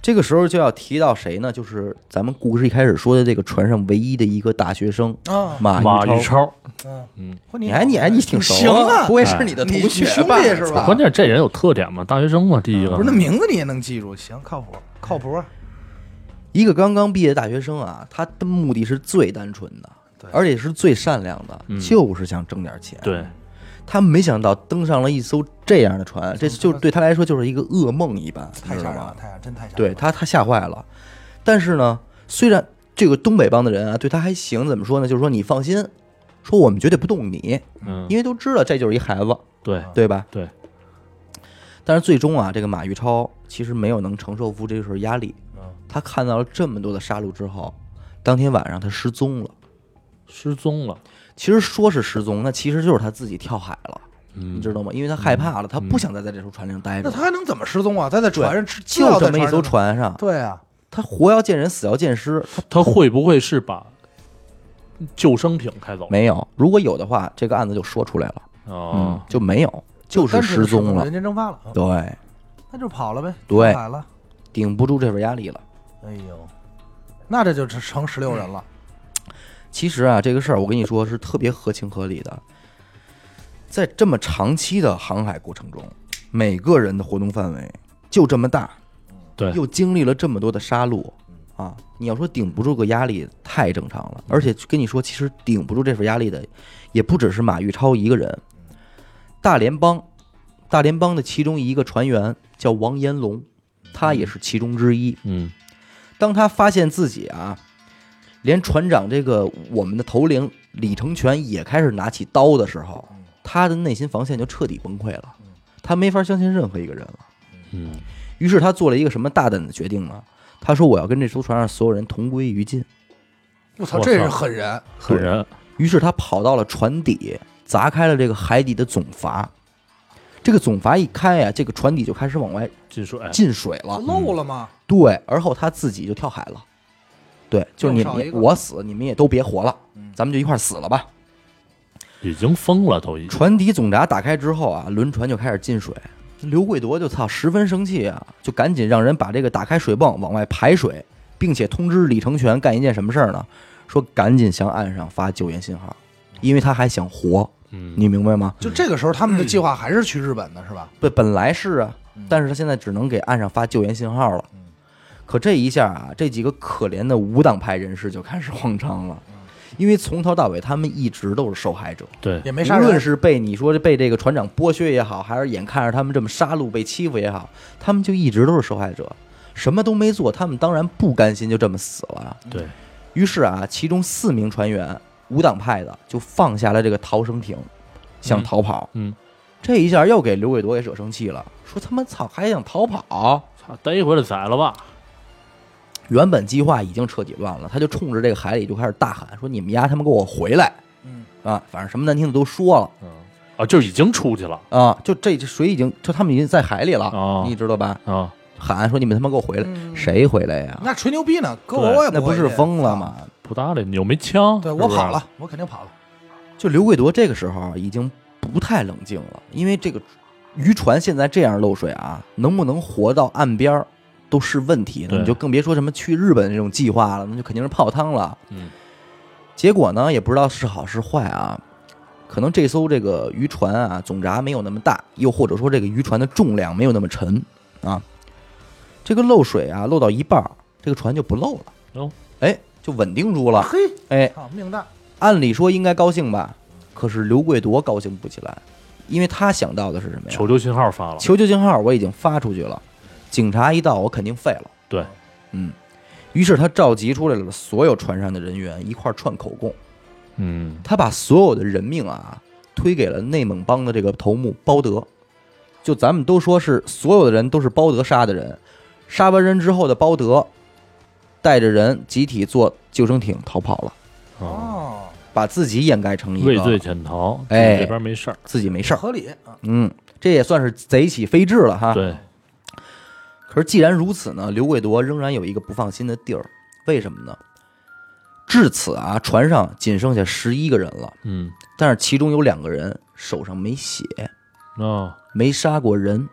Speaker 1: 这个时候就要提到谁呢？就是咱们故事一开始说的这个船上唯一的一个大学生
Speaker 3: 啊，
Speaker 1: 马
Speaker 2: 马
Speaker 1: 玉
Speaker 2: 玉超，
Speaker 3: 嗯
Speaker 2: 嗯，
Speaker 3: 嚯
Speaker 1: 你还你还你挺熟
Speaker 3: 行啊
Speaker 1: 不，会是你的
Speaker 3: 你
Speaker 1: 同
Speaker 3: 你
Speaker 1: 学
Speaker 3: 兄
Speaker 1: 吧？
Speaker 3: 弟是吧？
Speaker 2: 关键这人有特点嘛，大学生嘛，第一个
Speaker 3: 啊不是那名字你也能记住，行，靠谱，靠谱啊。
Speaker 1: 一个刚刚毕业的大学生啊，他的目的是最单纯的，
Speaker 3: 对
Speaker 1: 而且是最善良的，
Speaker 2: 嗯
Speaker 1: 就是想挣点钱。
Speaker 2: 对，
Speaker 1: 他没想到登上了一艘这样的船，这就对他来说就是一个噩梦一般，
Speaker 3: 太
Speaker 1: 你知
Speaker 3: 吓
Speaker 1: 道
Speaker 3: 人
Speaker 1: 吗
Speaker 3: 了，？太吓人，真太吓人。
Speaker 1: 对，他，他吓坏了。但是呢，虽然这个东北帮的人啊对他还行，怎么说呢？就是说你放心，说我们绝对不动你，
Speaker 2: 嗯
Speaker 1: 因，为都知道这就是一孩子，
Speaker 2: 对
Speaker 1: 对吧？
Speaker 2: 对。
Speaker 1: 但是最终啊，这个马玉超其实没有能承受住这份压力，
Speaker 3: 嗯
Speaker 1: 他看到了这么多的杀戮之后，当天晚上他失踪了。
Speaker 2: 失踪了，
Speaker 1: 其实说是失踪，那其实就是他自己跳海了。你
Speaker 2: 嗯，
Speaker 1: 知道吗？因为他害怕了，他不想再在这艘船上待着
Speaker 3: 嗯那
Speaker 1: 了。
Speaker 3: 他还能怎么失踪啊？他在船上知，知
Speaker 1: 就
Speaker 3: 道
Speaker 1: 这
Speaker 3: 在
Speaker 1: 么一艘
Speaker 3: 上呢。
Speaker 1: 船上，
Speaker 3: 对啊，
Speaker 1: 他活要见人，死要见尸。他
Speaker 2: 他会不会是把救生艇开走？
Speaker 1: 没有，如果有的话，这个案子就说出来了。嗯
Speaker 2: 啊，，
Speaker 1: 就没有，就是
Speaker 3: 单纯
Speaker 1: 失
Speaker 3: 的
Speaker 1: 踪了
Speaker 3: 人。间蒸发了，
Speaker 1: 对，
Speaker 3: 那就跑了呗，
Speaker 1: 对
Speaker 3: 海了。
Speaker 1: 顶不住这份压力了。
Speaker 3: 哎呦，那这就成成十六人了。
Speaker 1: 嗯其实啊，这个事儿我跟你说是特别合情合理的。在这么长期的航海过程中，每个人的活动范围就这么大，
Speaker 2: 对
Speaker 1: 又经历了这么多的杀戮，啊，你要说顶不住个压力太正常了。而且跟你说，其实顶不住这份压力的，也不只是马玉超一个人。大联邦，大联邦的其中一个船员叫王延龙，他也是其中之一。
Speaker 2: 嗯，
Speaker 1: 当他发现自己啊，连船长这个我们的头领李成全也开始拿起刀的时候，他的内心防线就彻底崩溃了，他没法相信任何一个人了。
Speaker 2: 嗯，
Speaker 1: 于是他做了一个什么大胆的决定呢？他说：“我要跟这艘船上所有人同归于尽。
Speaker 3: 我操，
Speaker 2: 我
Speaker 3: 这
Speaker 2: 操
Speaker 3: 是狠
Speaker 1: 啊
Speaker 3: 人。
Speaker 2: 狠人，”
Speaker 1: 于是他跑到了船底，砸开了这个海底的总阀。这个总阀一开啊呀、这个船底就开始往外
Speaker 2: 进水，
Speaker 1: 进水了
Speaker 3: 不。漏了
Speaker 1: 嗯
Speaker 3: 吗？
Speaker 1: 对，而后他自己就跳海了。对，就是你
Speaker 3: 又少一
Speaker 1: 们
Speaker 3: 个嗯
Speaker 1: 我死，你们也都别活了，咱们就一块儿死了吧。
Speaker 2: 已经疯了，都已经，
Speaker 1: 船底总闸打开之后啊，轮船就开始进水。刘贵铎就操十分生气啊，就赶紧让人把这个打开水泵往外排水，并且通知李成全干一件什么事儿呢？说赶紧向岸上发救援信号，因为他还想活，
Speaker 2: 嗯，
Speaker 1: 你明白吗？
Speaker 3: 就这个时候，他
Speaker 1: 嗯
Speaker 3: 们的计划还是去日本的是吧？
Speaker 1: 本本来是啊，
Speaker 3: 嗯
Speaker 1: 但是他现在只能给岸上发救援信号了。可这一下啊，这几个可怜的无党派人士就开始慌张了，
Speaker 3: 嗯
Speaker 1: 因为从头到尾他们一直都是受害者。
Speaker 2: 对，
Speaker 3: 也没杀
Speaker 1: 无论
Speaker 3: 人，
Speaker 1: 是被你说被这个船长剥削也好，还是眼看着他们这么杀戮被欺负也好，他们就一直都是受害者，什么都没做，他们当然不甘心就这么死了。
Speaker 2: 对，
Speaker 1: 于是啊，其中四名船员无党派的就放下了这个逃生艇，想逃跑。
Speaker 2: 嗯，
Speaker 1: 这一下又给刘贵夺给惹生气了，说他妈操还想逃跑？
Speaker 2: 操，逮回来宰了吧，
Speaker 1: 原本计划已经彻底乱了，他就冲着这个海里就开始大喊说：“你们丫他妈给我回来！”
Speaker 3: 嗯
Speaker 1: 啊，反正什么难听的都说了。
Speaker 2: 嗯，啊，就已经出去了
Speaker 1: 啊，就这这水已经，就他们已经在海里了，
Speaker 2: 哦
Speaker 1: 你知道吧？
Speaker 2: 啊，
Speaker 1: 喊说你们他妈给我回来，谁回来呀、
Speaker 3: 那吹牛逼呢？搁我
Speaker 2: 对
Speaker 3: 我也
Speaker 1: 那不
Speaker 3: 会
Speaker 1: 是
Speaker 3: 去啊
Speaker 1: 疯了？吗？
Speaker 2: 不搭理你，又没枪，
Speaker 3: 对
Speaker 2: 是
Speaker 3: 我
Speaker 2: 不是
Speaker 3: 跑，了，我肯定跑了。
Speaker 1: 就刘贵铎这个时候啊已经不太冷静了，因为这个渔船现在这样漏水啊，能不能活到岸边儿都是问题的，
Speaker 2: 对
Speaker 1: 你就更别说什么去日本这种计划了，那就肯定是泡汤了。
Speaker 2: 嗯，
Speaker 1: 结果呢，也不知道是好是坏啊。可能这艘这个渔船啊，总闸没有那么大，又或者说这个渔船的重量没有那么沉啊。这个漏水啊，漏到一半儿，这个船就不漏了，
Speaker 2: 哦，
Speaker 1: 哎，就稳定住了。
Speaker 3: 嘿，
Speaker 1: 哎，
Speaker 3: 操，命大！
Speaker 1: 按理说应该高兴吧，可是刘贵铎高兴不起来，因为他想到的是什么呀？
Speaker 2: 求救信号发了，
Speaker 1: 求救信号我已经发出去了，警察一到我肯定废了。
Speaker 2: 对，
Speaker 1: 嗯，于是他召集出来了所有船上的人员一块儿串口供，
Speaker 2: 嗯，
Speaker 1: 他把所有的人命啊推给了内蒙帮的这个头目包德。就咱们都说是所有的人都是包德杀的人，杀完人之后的包德带着人集体坐救生艇逃跑了，
Speaker 2: 啊，
Speaker 3: 哦，
Speaker 1: 把自己掩盖成一
Speaker 2: 畏罪
Speaker 1: 个
Speaker 2: 潜逃，
Speaker 1: 哎
Speaker 2: 这边没事儿，
Speaker 1: 自己没事儿。
Speaker 3: 合理啊。
Speaker 1: 嗯，这也算是贼起飞智了哈。
Speaker 2: 对，
Speaker 1: 可是既然如此呢，刘贵铎仍然有一个不放心的地儿，为什么呢？至此啊，船上仅剩下十一个人了，
Speaker 2: 嗯，
Speaker 1: 但是其中有两个人手上没血，
Speaker 2: 啊，
Speaker 1: 没杀过人。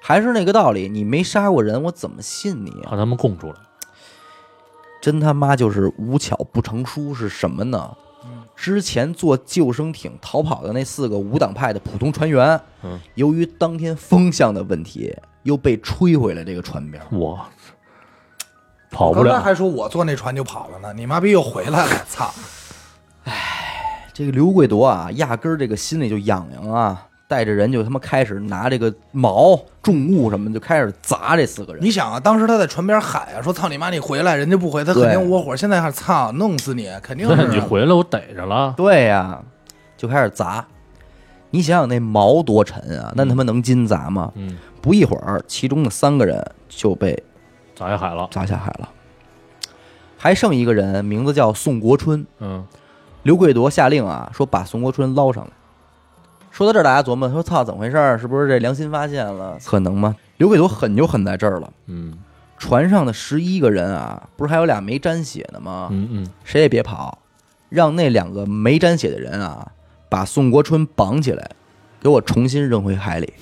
Speaker 1: 还是那个道理，你没杀过人，我怎么信你啊？
Speaker 2: 怕他们供出来，
Speaker 1: 真他妈就是无巧不成书是什么呢？
Speaker 2: 嗯
Speaker 1: 之前坐救生艇逃跑的那四个无党派的普通船员，
Speaker 2: 嗯
Speaker 1: 由于当天风向的问题，又被吹回了这个船边。
Speaker 2: 我跑不
Speaker 3: 刚才
Speaker 2: 了，
Speaker 3: 还说我坐那船就跑了呢，你妈逼又回来了，操！
Speaker 1: 这个刘贵铎啊，压根儿这个心里就痒痒啊，带着人就他妈开始拿这个矛、重物什么的，就开始砸这四个人。
Speaker 3: 你想啊，当时他在船边喊呀、说操你妈，你回来！人家不回，他肯
Speaker 1: 对
Speaker 3: 定窝火。现在还操，弄死你，肯定是
Speaker 2: 你回来我逮着了，
Speaker 1: 对呀、就开始砸。你想想那矛多沉啊，那他妈能金砸吗？
Speaker 2: 嗯，
Speaker 1: 不一会儿，其中的三个人就被
Speaker 2: 砸下海了，
Speaker 1: 砸下海了，还剩一个人，名字叫宋国春。
Speaker 2: 嗯，
Speaker 1: 刘贵铎下令啊，说把宋国春捞上来。说到这儿，大家琢磨说：“操，怎么回事儿？是不是这良心发现了？可能吗？”刘贵铎狠就狠在这儿了。
Speaker 2: 嗯，
Speaker 1: 船上的十一个人啊，不是还有俩没沾血的吗？
Speaker 2: 嗯嗯，
Speaker 1: 谁也别跑，让那两个没沾血的人啊，把宋国春绑起来，给我重新扔回海里，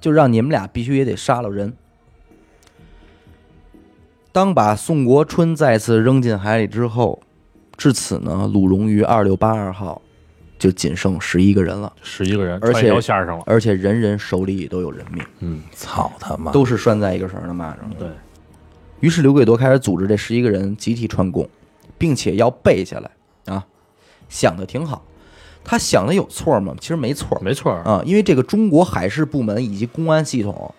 Speaker 1: 就让你们俩必须也得杀了人。当把宋国春再次扔进海里之后，至此呢，鲁荣于二六八二号就仅剩十一个人了，
Speaker 2: 十一个人，
Speaker 1: 而
Speaker 2: 踹
Speaker 1: 且
Speaker 2: 一条线上了，
Speaker 1: 而且人人手里都有人命，
Speaker 2: 嗯，
Speaker 3: 操他妈！
Speaker 1: 都是拴在一个绳儿的蚂蚱。
Speaker 2: 对，
Speaker 1: 于是刘贵铎开始组织这十一个人集体串供，并且要背下来啊，想的挺好。他想的有错吗？其实没错
Speaker 2: 没错儿，
Speaker 1: 啊，因为这个中国海事部门以及公安系统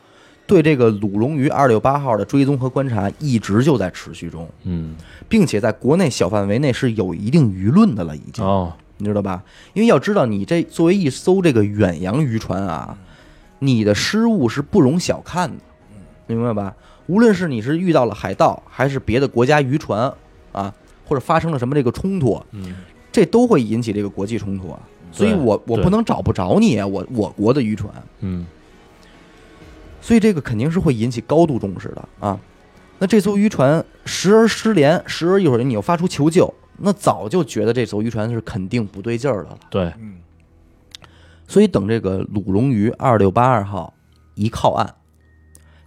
Speaker 1: 对这个鲁荣于二六八号的追踪和观察一直就在持续中，
Speaker 2: 嗯，
Speaker 1: 并且在国内小范围内是有一定舆论的了，已经。
Speaker 2: 哦，
Speaker 1: 你知道吧？因为要知道，你这作为一艘这个远洋渔船啊，你的失误是不容小看的，明白吧？无论是你是遇到了海盗，还是别的国家渔船啊，或者发生了什么这个冲突，
Speaker 2: 嗯，
Speaker 1: 这都会引起这个国际冲突啊。所以
Speaker 2: 对
Speaker 1: 我我
Speaker 2: 对
Speaker 1: 不能找不着你啊，我我国的渔船，
Speaker 2: 嗯，
Speaker 1: 所以这个肯定是会引起高度重视的啊。那这艘渔船时而失联，时而一会儿你又发出求救，那早就觉得这艘渔船是肯定不对劲儿的了。
Speaker 2: 对，
Speaker 3: 嗯，
Speaker 1: 所以等这个鲁龙鱼二六八二号一靠岸，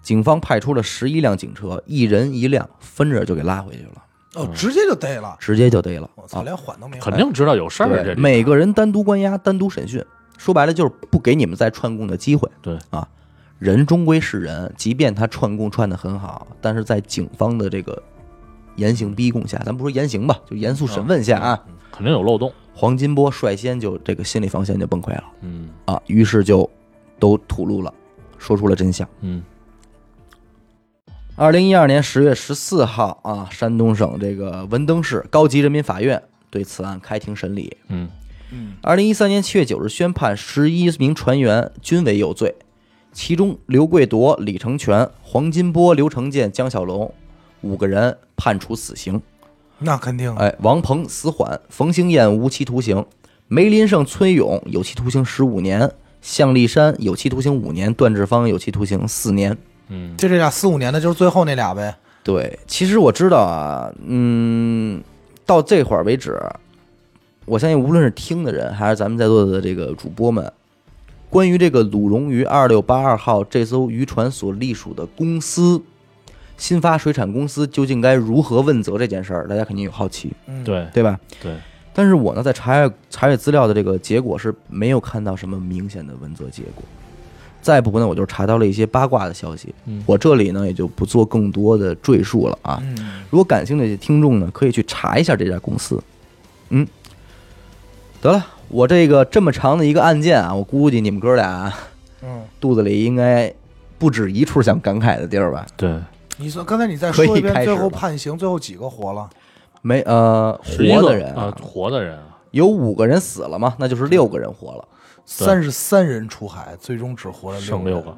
Speaker 1: 警方派出了十一辆警车，一人一辆，分着就给拉回去了，
Speaker 3: 哦，直接就逮了，
Speaker 1: 直接就逮了
Speaker 3: 我操，
Speaker 1: 啊！
Speaker 3: 连缓都没缓。
Speaker 2: 肯定知道有事儿。啊这
Speaker 1: 对，
Speaker 2: 里
Speaker 1: 每个人单独关押、单独审讯，说白了就是不给你们再串供的机会。
Speaker 2: 对
Speaker 1: 啊，人终归是人，即便他串供串的很好，但是在警方的这个严刑逼供下，咱不说严刑吧，就严肃审问下啊，
Speaker 2: 肯定有漏洞。
Speaker 1: 黄金波率先就这个心理防线就崩溃了
Speaker 2: 嗯
Speaker 1: 啊，于是就都吐露了，说出了真相。
Speaker 2: 嗯，
Speaker 1: 二零一二年十月十四号啊，山东省这个文登市高级人民法院对此案开庭审理。
Speaker 2: 嗯，
Speaker 1: 二零一三年七月九日宣判十一名船员均为有罪，其中刘贵铎、李成全、黄金波、刘成建、江小龙五个人判处死刑。
Speaker 3: 那肯定啊，
Speaker 1: 哎，王鹏死缓，冯兴燕无期徒刑，梅林胜、崔勇有期徒刑十五年，向立山有期徒刑五年，段志芳有期徒刑四年。
Speaker 3: 就这俩四五年的，就是最后那俩呗。
Speaker 1: 对，其实我知道啊，嗯，到这会儿为止，我相信无论是听的人，还是咱们在座的这个主播们，关于这个鲁荣鱼二六八二号这艘渔船所隶属的公司新发水产公司究竟该如何问责这件事儿，大家肯定有好奇，
Speaker 3: 嗯，，
Speaker 2: 对
Speaker 1: 对吧？
Speaker 2: 对，
Speaker 1: 但是我呢，在查阅查阅资料的这个结果是没有看到什么明显的文责结果。再不呢，我就查到了一些八卦的消息。我这里呢也就不做更多的赘述了啊。
Speaker 3: 嗯，
Speaker 1: 如果感兴趣的听众呢，可以去查一下这家公司。嗯，得了，我这个这么长的一个案件啊，我估计你们哥俩啊
Speaker 3: 嗯，
Speaker 1: 肚子里应该不止一处想感慨的地儿吧？
Speaker 2: 对，
Speaker 3: 你说刚才你再说一
Speaker 1: 可以
Speaker 3: 遍，
Speaker 1: 开始
Speaker 3: 最后
Speaker 1: 了
Speaker 3: 判刑最后几个活了？
Speaker 1: 没呃，
Speaker 2: 11
Speaker 1: 活
Speaker 2: 个
Speaker 1: 的人
Speaker 2: 啊
Speaker 1: 啊，，
Speaker 2: 活的人啊，
Speaker 1: 有五个人死了嘛，那就是六个人活了。
Speaker 3: 三十三人出海，最终只活了
Speaker 2: 剩
Speaker 3: 六
Speaker 2: 六
Speaker 3: 人
Speaker 2: 个，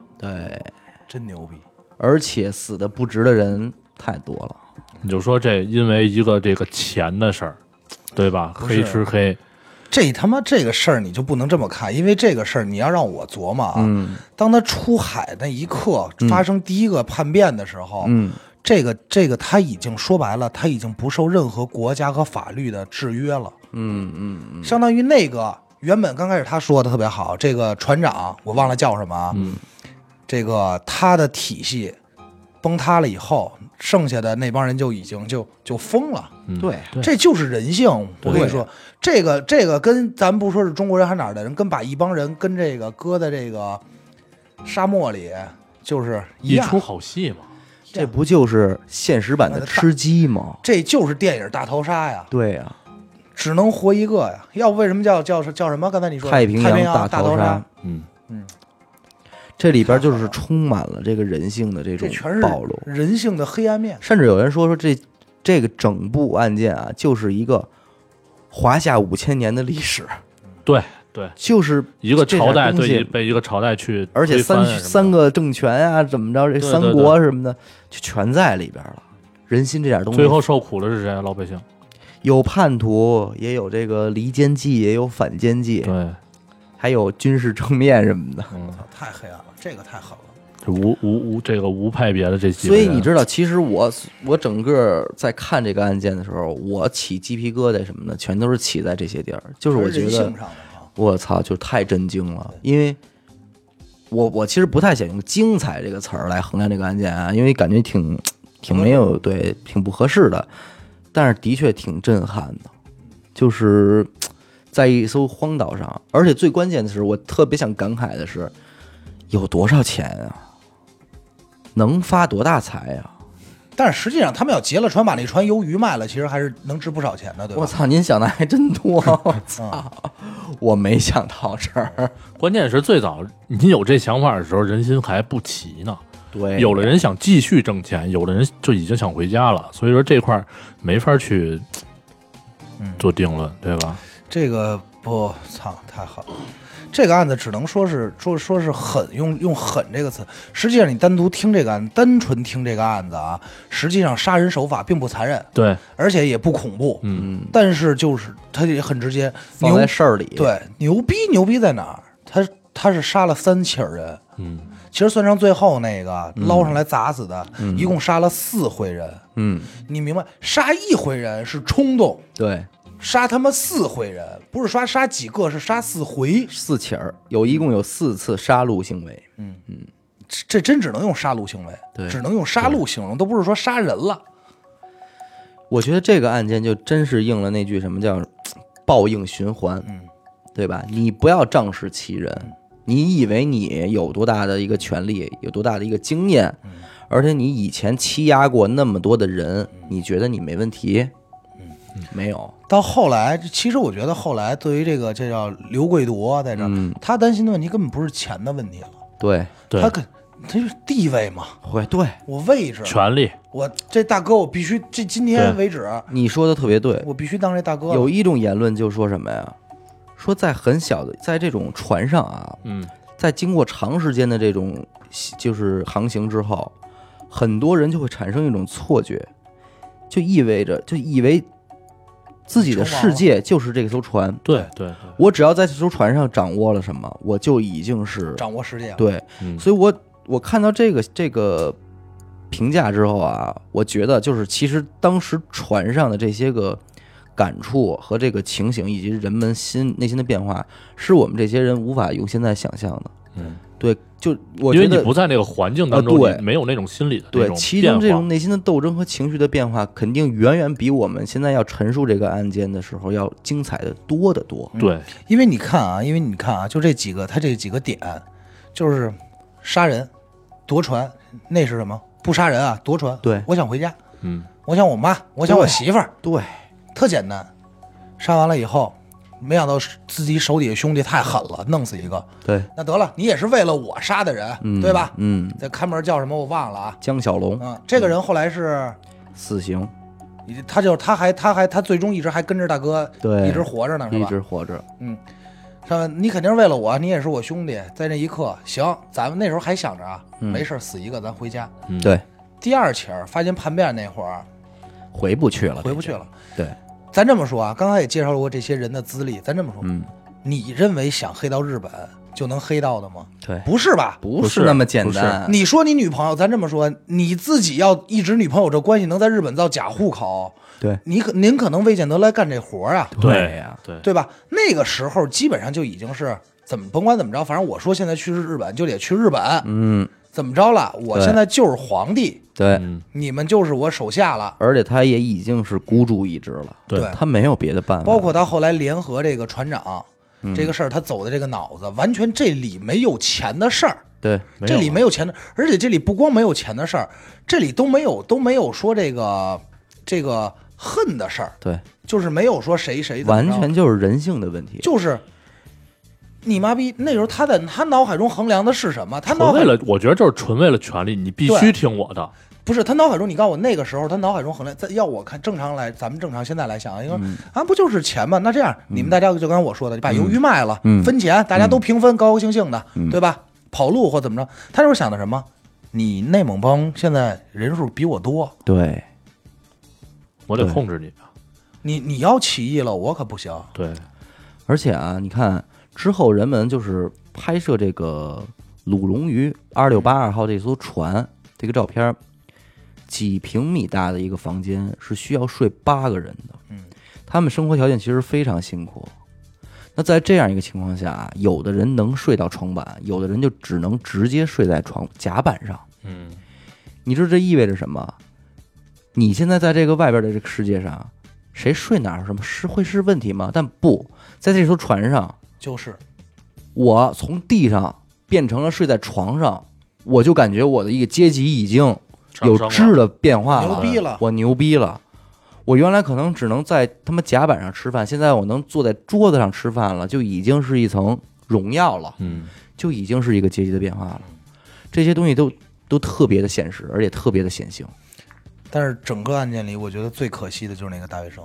Speaker 1: 对，
Speaker 3: 真牛逼。
Speaker 1: 而且死的不值的人太多了。
Speaker 2: 你就说这因为一个这个钱的事儿，对吧？
Speaker 3: 不是
Speaker 2: 黑吃黑，
Speaker 3: 这他妈这个事儿你就不能这么看，因为这个事儿你要让我琢磨啊，当他出海那一刻发生第一个叛变的时候，
Speaker 1: 嗯，
Speaker 3: 这个这个他已经说白了，他已经不受任何国家和法律的制约了，
Speaker 1: 嗯嗯嗯，
Speaker 3: 相当于那个原本刚开始他说的特别好，这个船长我忘了叫什么啊，
Speaker 1: 嗯
Speaker 3: 这个他的体系崩塌了以后，剩下的那帮人就已经就就疯了。
Speaker 2: 嗯
Speaker 1: 对
Speaker 3: 这就是人性。我跟你说，这个这个跟咱不说是中国人还是哪儿的人，跟把一帮人跟这个搁在这个沙漠里就是一
Speaker 2: 一
Speaker 3: 样
Speaker 2: 出。好戏嘛，
Speaker 1: 这不就是现实版的吃鸡吗？
Speaker 3: 这就是电影大逃杀呀，
Speaker 1: 对啊呀、
Speaker 3: 只能活一个呀。要不为什么叫叫叫什么？刚才你说
Speaker 1: 太平洋
Speaker 3: 洋
Speaker 1: 大
Speaker 3: 大
Speaker 1: 逃杀
Speaker 3: 杀，
Speaker 2: 嗯，
Speaker 1: 这里边就是充满了这个人性的这
Speaker 3: 这
Speaker 1: 种
Speaker 3: 全是
Speaker 1: 暴露，
Speaker 3: 人性的黑暗面。
Speaker 1: 甚至有人说说这这个整部案件啊，就是一个华夏五千年的历史，
Speaker 2: 对对，
Speaker 1: 就是
Speaker 2: 一个
Speaker 1: 这点
Speaker 2: 朝代
Speaker 1: 东
Speaker 2: 对
Speaker 1: 西
Speaker 2: 一被一个朝代去，
Speaker 1: 而且三三
Speaker 2: 个，
Speaker 1: 个政权啊，怎么着这
Speaker 2: 对对
Speaker 1: 三国啊什么的，就全在里边了。人心这点东西，
Speaker 2: 最后受苦的是谁？啊老百姓。
Speaker 1: 有叛徒，也有这个离间计，也有反间计，
Speaker 2: 对，
Speaker 1: 还有军事正面什么的。
Speaker 2: 嗯，
Speaker 3: 太黑暗了，这个太狠了。
Speaker 2: 这无无无这个无派别的这几个
Speaker 1: 所
Speaker 2: 人，
Speaker 1: 以你知道，其实我我整个在看这个案件的时候，我起鸡皮疙瘩什么的，全都是起在这些地儿。就是我觉
Speaker 3: 人
Speaker 1: 得
Speaker 3: 性，上的啊，
Speaker 1: 我操，就太震惊了。因为我我其实不太想用“精彩”这个词儿来衡量这个案件啊，因为感觉挺挺没有对，挺不合适的。但是的确挺震撼的，就是在一艘荒岛上，而且最关键的是，我特别想感慨的是，有多少钱啊？能发多大财啊呀、
Speaker 3: 但是实际上他们要劫了船，把那船鱿鱼卖了，其实还是能值不少钱的，对吧？嗯
Speaker 1: 我操，您想的还真多！我操，我没想到这儿。
Speaker 2: 关键是最早你有这想法的时候，人心还不齐呢。
Speaker 1: 对
Speaker 2: 有的人想继续挣钱，有的人就已经想回家了。所以说这块儿没法去
Speaker 3: 嗯
Speaker 2: 做定论，对吧？
Speaker 3: 这个不操太狠了，这个案子只能说是说说是狠，用用狠这个词。实际上你单独听这个案，单纯听这个案子啊，实际上杀人手法并不残忍，
Speaker 2: 对，
Speaker 3: 而且也不恐怖，
Speaker 2: 嗯，
Speaker 3: 但是就是它也很直接。
Speaker 1: 放
Speaker 3: 牛
Speaker 1: 在事儿里，，
Speaker 3: 对牛逼牛逼在哪儿？他他是杀了三起儿人，
Speaker 2: 嗯，
Speaker 3: 其实算上最后那个捞上来砸死的，一共杀了四回人。
Speaker 1: 嗯，
Speaker 3: 你明白，杀一回人是冲动，
Speaker 1: 对，
Speaker 3: 杀他妈四回人，不是说杀几个，是杀四回。
Speaker 1: 四起儿，有一共有四次杀戮行为，
Speaker 3: 这真只能用杀戮行为，
Speaker 1: 对
Speaker 3: 只能用杀戮形容，都不是说杀人了。
Speaker 1: 我觉得这个案件就真是应了那句什么叫“报应循环”，
Speaker 3: 嗯，
Speaker 1: 对吧？你不要仗势欺人，你以为你有多大的一个权利，有多大的一个经验，而且你以前欺压过那么多的人，你觉得你没问题？嗯，没有，
Speaker 3: 到后来，其实我觉得后来对于这个这叫刘贵夺在这儿，他担心的问题根本不是钱的问题了，
Speaker 1: 对，
Speaker 2: 对
Speaker 3: 他，跟他就是地位嘛，
Speaker 1: 嗯会对，
Speaker 3: 我位置，啊
Speaker 2: 权力，
Speaker 3: 我这大哥我必须这今天
Speaker 2: 对
Speaker 3: 为止，
Speaker 1: 你说的特别对。
Speaker 3: 我必须当这大哥了。
Speaker 1: 有一种言论就说什么呀？说在很小的，在这种船上啊，
Speaker 2: 嗯，
Speaker 1: 在经过长时间的这种就是航行之后，很多人就会产生一种错觉，就意味着就以为自己的世界就是这艘船，
Speaker 2: 对对对，
Speaker 1: 我只要在这艘船上掌握了什么，我就已经是
Speaker 3: 掌握世界了，
Speaker 1: 对，
Speaker 2: 嗯
Speaker 1: 所以我我看到这个这个评价之后啊，我觉得就是其实当时船上的这些个感触和这个情形，以及人们心内心的变化，是我们这些人无法用现在想象的。
Speaker 2: 嗯，
Speaker 1: 对，就我觉
Speaker 2: 因为你
Speaker 1: 得
Speaker 2: 不在那个环境当中，
Speaker 1: 呃对
Speaker 2: 你没有那种心理的那
Speaker 1: 对，
Speaker 2: 种
Speaker 1: 其
Speaker 2: 变
Speaker 1: 中这
Speaker 2: 化
Speaker 1: 种。内心的斗争和情绪的变化，肯定远远比我们现在要陈述这个案件的时候要精彩的多得多。
Speaker 2: 对，
Speaker 3: 因为你看啊，因为你看啊，就这几个，他这几个点，就是杀人、夺船，那是什么？不杀人啊，夺船。
Speaker 1: 对
Speaker 3: 我想回家，
Speaker 2: 嗯，
Speaker 3: 我想我妈，我想我
Speaker 1: 对
Speaker 3: 媳妇儿，
Speaker 1: 对，
Speaker 3: 特简单。杀完了以后，没想到是自己手底下兄弟太狠了，弄死一个。
Speaker 1: 对，
Speaker 3: 那得了，你也是为了我杀的人，
Speaker 1: 嗯，
Speaker 3: 对吧？
Speaker 1: 嗯，
Speaker 3: 这看门叫什么我忘了啊。
Speaker 1: 江小龙
Speaker 3: 嗯，这个人后来是，
Speaker 1: 死刑，
Speaker 3: 他就是他还他还他最终一直还跟着大哥，
Speaker 1: 对
Speaker 3: 一直活着呢，是
Speaker 1: 一
Speaker 3: 吧？
Speaker 1: 直活着。
Speaker 3: 上面你肯定是为了我，你也是我兄弟，在那一刻，行，咱们那时候还想着啊，
Speaker 1: 嗯
Speaker 3: 没事儿死一个，咱回家。
Speaker 2: 嗯
Speaker 1: 对，
Speaker 3: 第二起儿发现叛变那会儿
Speaker 1: 回不去了，
Speaker 3: 回不去了。
Speaker 1: 对，
Speaker 3: 咱这么说啊，刚才也介绍过这些人的资历，咱这么说，
Speaker 1: 嗯，
Speaker 3: 你认为想黑到日本就能黑到的吗？
Speaker 1: 对，
Speaker 3: 不是吧？
Speaker 1: 不
Speaker 2: 不
Speaker 1: 是
Speaker 2: 是
Speaker 1: 那么简
Speaker 2: 不是
Speaker 1: 单。
Speaker 3: 你说你女朋友，咱这么说，你自己要一直女朋友这关系能在日本造假户口，
Speaker 1: 对
Speaker 3: 你可您可能未见得来干这活儿啊，
Speaker 1: 对呀
Speaker 2: 对，
Speaker 3: 对吧？那个时候基本上就已经是怎么甭管怎么着，反正我说现在去日本就得去日本，
Speaker 1: 嗯，
Speaker 3: 怎么着了？我
Speaker 1: 对
Speaker 3: 现在就是皇帝，
Speaker 1: 对，
Speaker 2: 嗯，
Speaker 3: 你们就是我手下了。
Speaker 1: 而且他也已经是孤注一掷了，
Speaker 2: 对
Speaker 3: 对
Speaker 1: 他没有别的办法。
Speaker 3: 包括他后来联合这个船长、
Speaker 1: 嗯
Speaker 3: 这个事儿，他走的这个脑子，完全这里没有钱的事儿，
Speaker 1: 对，
Speaker 2: 没有
Speaker 3: 这里
Speaker 2: 了
Speaker 3: 没有钱的，而且这里不光没有钱的事儿，这里都没有都没有说这个这个恨的事儿，
Speaker 1: 对，
Speaker 3: 就是没有说谁谁怎么
Speaker 1: 完
Speaker 3: 着
Speaker 1: 全就是人性的问题。
Speaker 3: 就是你妈逼！那时候他在他脑海中衡量的是什么？他脑
Speaker 2: 纯
Speaker 3: 海
Speaker 2: 为了，我觉得就是纯为了权力，你必
Speaker 3: 对
Speaker 2: 须听我的。
Speaker 3: 不是他脑海中，你告诉我那个时候他脑海中衡量，在要我看正常来，咱们正常现在来想，因为、啊不就是钱吗？那这样你们大家就刚我说的，你把鱿鱼卖了，
Speaker 1: 嗯嗯
Speaker 3: 分钱，大家都平分，高高兴兴的，对吧？跑路或怎么着，他就是想的什么？你内蒙帮现在人数比我多，
Speaker 1: 对，
Speaker 2: 我得
Speaker 1: 对
Speaker 2: 控制你。啊
Speaker 3: 你你要起义了，我可不行。
Speaker 2: 对，
Speaker 1: 而且啊，你看之后人们就是拍摄这个鲁龙鱼二六八二号这艘船这个照片儿，几平米大的一个房间是需要睡八个人的。
Speaker 3: 嗯，
Speaker 1: 他们生活条件其实非常辛苦。那在这样一个情况下，有的人能睡到床板，有的人就只能直接睡在床甲板上。
Speaker 2: 嗯，
Speaker 1: 你知道这意味着什么？你现在在这个外边的这个世界上，谁睡哪儿有什么是会是问题吗？但不在这艘船上，
Speaker 3: 就是
Speaker 1: 我从地上变成了睡在床上，我就感觉我的一个阶级已经有
Speaker 2: 上升
Speaker 1: 质的
Speaker 2: 了
Speaker 1: 变化了，
Speaker 3: 牛逼了
Speaker 1: 我牛逼了。我原来可能只能在他妈甲板上吃饭，现在我能坐在桌子上吃饭了，就已经是一层荣耀了，
Speaker 2: 嗯，
Speaker 1: 就已经是一个阶级的变化了。这些东西都都特别的现实，而且特别的显性。
Speaker 3: 但是整个案件里，我觉得最可惜的就是那个大学生，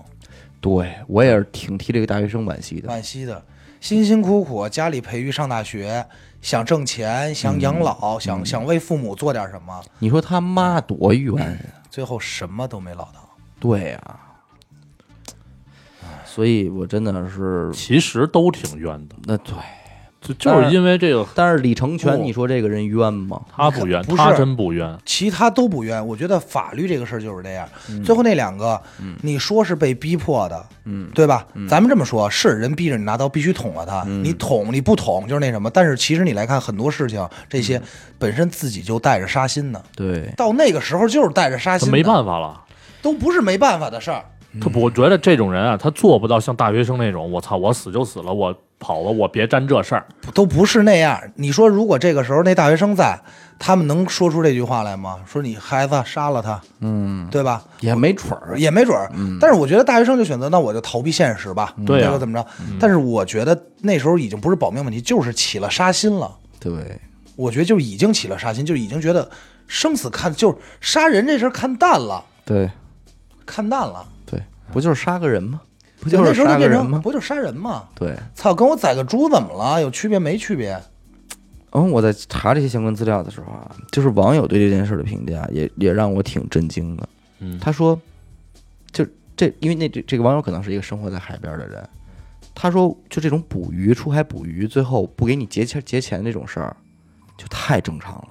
Speaker 1: 对我也是挺替这个大学生惋惜的。
Speaker 3: 惋惜的，辛辛苦苦家里培育上大学，想挣钱，想养
Speaker 2: 嗯
Speaker 3: 老，想想为父母做点什么，
Speaker 1: 你说他妈多冤呀！
Speaker 3: 最后什么都没捞到。
Speaker 1: 对呀、所以我真的是
Speaker 2: 其实都挺冤的。
Speaker 1: 那对，
Speaker 2: 就就是因为这个
Speaker 1: 但是李成全，
Speaker 3: 不
Speaker 1: 你说这个人冤吗？
Speaker 2: 他不冤，
Speaker 3: 不是
Speaker 2: 他真不冤。
Speaker 3: 其他都不冤。我觉得法律这个事儿就是这样。
Speaker 2: 嗯
Speaker 3: 最后那两个，你说是被逼迫的，嗯，对吧？咱们这么说，是人逼着你拿刀，必须捅了他。
Speaker 2: 嗯
Speaker 3: 你捅，你不捅就是那什么。但是其实你来看，很多事情这
Speaker 2: 嗯
Speaker 3: 些本身自己就带着杀心呢。
Speaker 1: 对，
Speaker 3: 到那个时候就是带着杀
Speaker 2: 他
Speaker 3: 心的，
Speaker 2: 没办法了。
Speaker 3: 都不是没办法的事儿。
Speaker 2: 他我觉得这种人啊，他做不到像大学生那种，我操，我死就死了，我跑了，我别沾这事儿。
Speaker 3: 都不是那样。你说，如果这个时候那大学生在，他们能说出这句话来吗？说你孩子杀了他，嗯，对吧？
Speaker 1: 也没准儿。
Speaker 3: 也没准儿。
Speaker 1: 嗯
Speaker 3: 但是我觉得大学生就选择，那我就逃避现实吧，
Speaker 2: 对啊
Speaker 3: 或者怎么着？
Speaker 1: 嗯
Speaker 3: 但是我觉得那时候已经不是保命问题，就是起了杀心了。
Speaker 1: 对，
Speaker 3: 我觉得就已经起了杀心，就已经觉得生死看就是杀人这事儿看淡了，
Speaker 1: 对，
Speaker 3: 看淡了。
Speaker 1: 对，不就是杀个人吗？不
Speaker 3: 不
Speaker 1: 就是
Speaker 3: 那时候
Speaker 1: 杀
Speaker 3: 就
Speaker 1: 个
Speaker 3: 变
Speaker 1: 人
Speaker 3: 成
Speaker 1: 吗？
Speaker 3: 不就是杀人吗？
Speaker 1: 对，
Speaker 3: 操，跟我宰个猪怎么了？有区别没区别？
Speaker 1: 嗯，我在查这些相关资料的时候啊，就是网友对这件事的评价也也让我挺震惊的。
Speaker 2: 嗯
Speaker 1: 他说，就这，因为那这这个网友可能是一个生活在海边的人，他说，就这种捕鱼出海捕鱼，最后不给你结钱结钱这种事儿，就太正常了。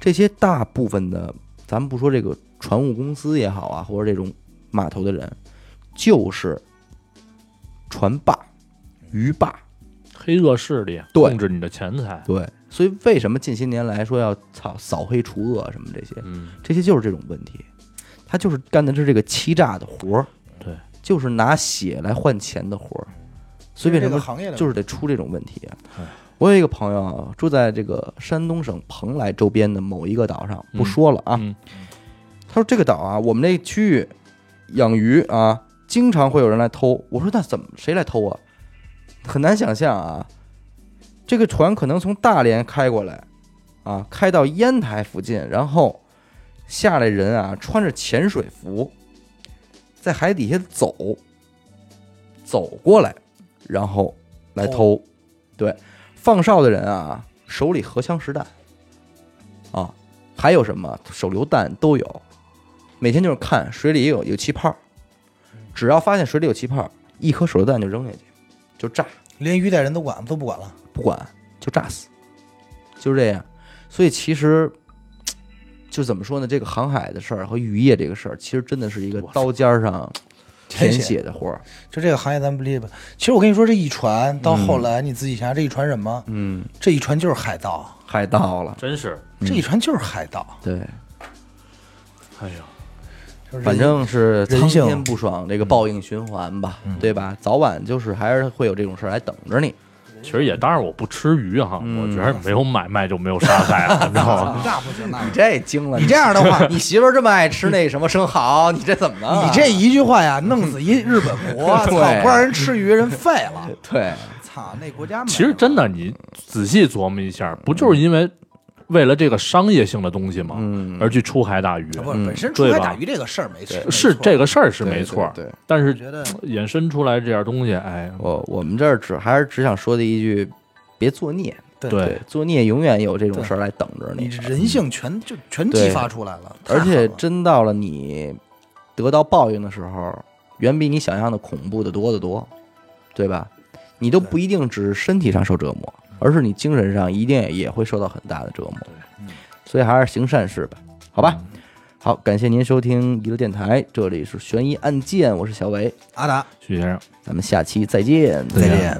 Speaker 1: 这些大部分的，咱们不说这个船务公司也好啊，或者这种码头的人，就是船霸、鱼霸，
Speaker 2: 黑恶势力啊
Speaker 1: 对
Speaker 2: 控制你的钱财，
Speaker 1: 对，所以为什么近些年来说要扫扫黑除恶什么这些，
Speaker 2: 嗯，
Speaker 1: 这些就是这种问题，他就是干的是这个欺诈的活儿，
Speaker 2: 对，
Speaker 1: 就是拿血来换钱的活儿，所以为
Speaker 3: 这
Speaker 1: 什
Speaker 3: 个
Speaker 1: 么
Speaker 3: 行业的
Speaker 1: 就是得出这种问题。我有一个朋友啊，住在这个山东省蓬莱周边的某一个岛上，不
Speaker 2: 嗯
Speaker 1: 说了啊，
Speaker 2: 嗯
Speaker 1: 他说这个岛啊，我们这区域养鱼啊，经常会有人来偷。我说那怎么谁来偷啊？很难想象啊，这个船可能从大连开过来，啊，开到烟台附近，然后下来人啊，穿着潜水服，在海底下走，走过来，然后来偷。对，放哨的人啊，手里荷枪实弹，啊，还有什么手榴弹都有，每天就是看水里有有气泡，只要发现水里有气泡，一颗手榴弹就扔下去，就炸，
Speaker 3: 连鱼带人都管都不管了。
Speaker 1: 不管就炸死，就是这样。所以其实。就怎么说呢？这个航海的事儿和渔业这个事儿，其实真的是一个刀尖儿上舔
Speaker 3: 舔血
Speaker 1: 血的活儿。
Speaker 3: 就这个行业，咱不理解吧。其实我跟你说，这一船到后来，你自己想想，这一船什么？
Speaker 1: 嗯，
Speaker 3: 这一船就是海盗，
Speaker 1: 海盗了。
Speaker 2: 真是，
Speaker 3: 这一船就是海盗。
Speaker 1: 对，
Speaker 2: 哎呀，
Speaker 3: 就是
Speaker 1: 反正是
Speaker 3: 人
Speaker 1: 苍
Speaker 3: 性嗯
Speaker 1: 天不爽，这个报应循环吧，对吧？早晚就是还是会有这种事儿来等着你。
Speaker 2: 其实也当然我不吃鱼啊哈，我觉得没有买卖就没有杀害了，你知道吗？
Speaker 3: 那不行，那
Speaker 1: 你这惊了，
Speaker 3: 你这样的话
Speaker 1: 你媳妇儿这么爱吃那什么生蚝，你这怎么啊了？
Speaker 3: 啊你这一句话呀，弄死一日本国，操，
Speaker 1: 对
Speaker 3: 不让人吃鱼，人废了。
Speaker 1: 对
Speaker 3: 操，那国家
Speaker 2: 其实真的，你仔细琢磨一下，不就是因为为了这个商业性的东西吗？
Speaker 1: 嗯
Speaker 2: 而去出海打鱼，
Speaker 3: 啊不是本身出
Speaker 2: 对吧
Speaker 3: 海打鱼这个事儿没事，
Speaker 2: 是这个事儿是
Speaker 1: 对
Speaker 2: 没错儿，
Speaker 1: 对对
Speaker 2: 但是
Speaker 3: 觉得
Speaker 2: 衍生出来这点东西，哎，
Speaker 1: 我我们这儿只还是只想说的一句，别作孽。
Speaker 3: 对
Speaker 2: 对，
Speaker 1: 作孽永远有这种事儿来等着
Speaker 3: 你
Speaker 1: 你。
Speaker 3: 人性全就全
Speaker 1: 对
Speaker 3: 激发出来了，
Speaker 1: 而
Speaker 3: 太
Speaker 1: 且
Speaker 3: 狠了
Speaker 1: 真到了你得到报应的时候，远比你想象的恐怖的多得多，对吧？你都不一定只是身体上受折磨，而是你精神上一定也会受到很大的折磨。
Speaker 3: 嗯
Speaker 1: 所以还是行善事吧，好吧。好，感谢您收听娱乐电台，这里是悬疑案件，我是小伟，
Speaker 3: 阿达
Speaker 2: 徐先生。
Speaker 1: 咱们下期再见，
Speaker 3: 再见。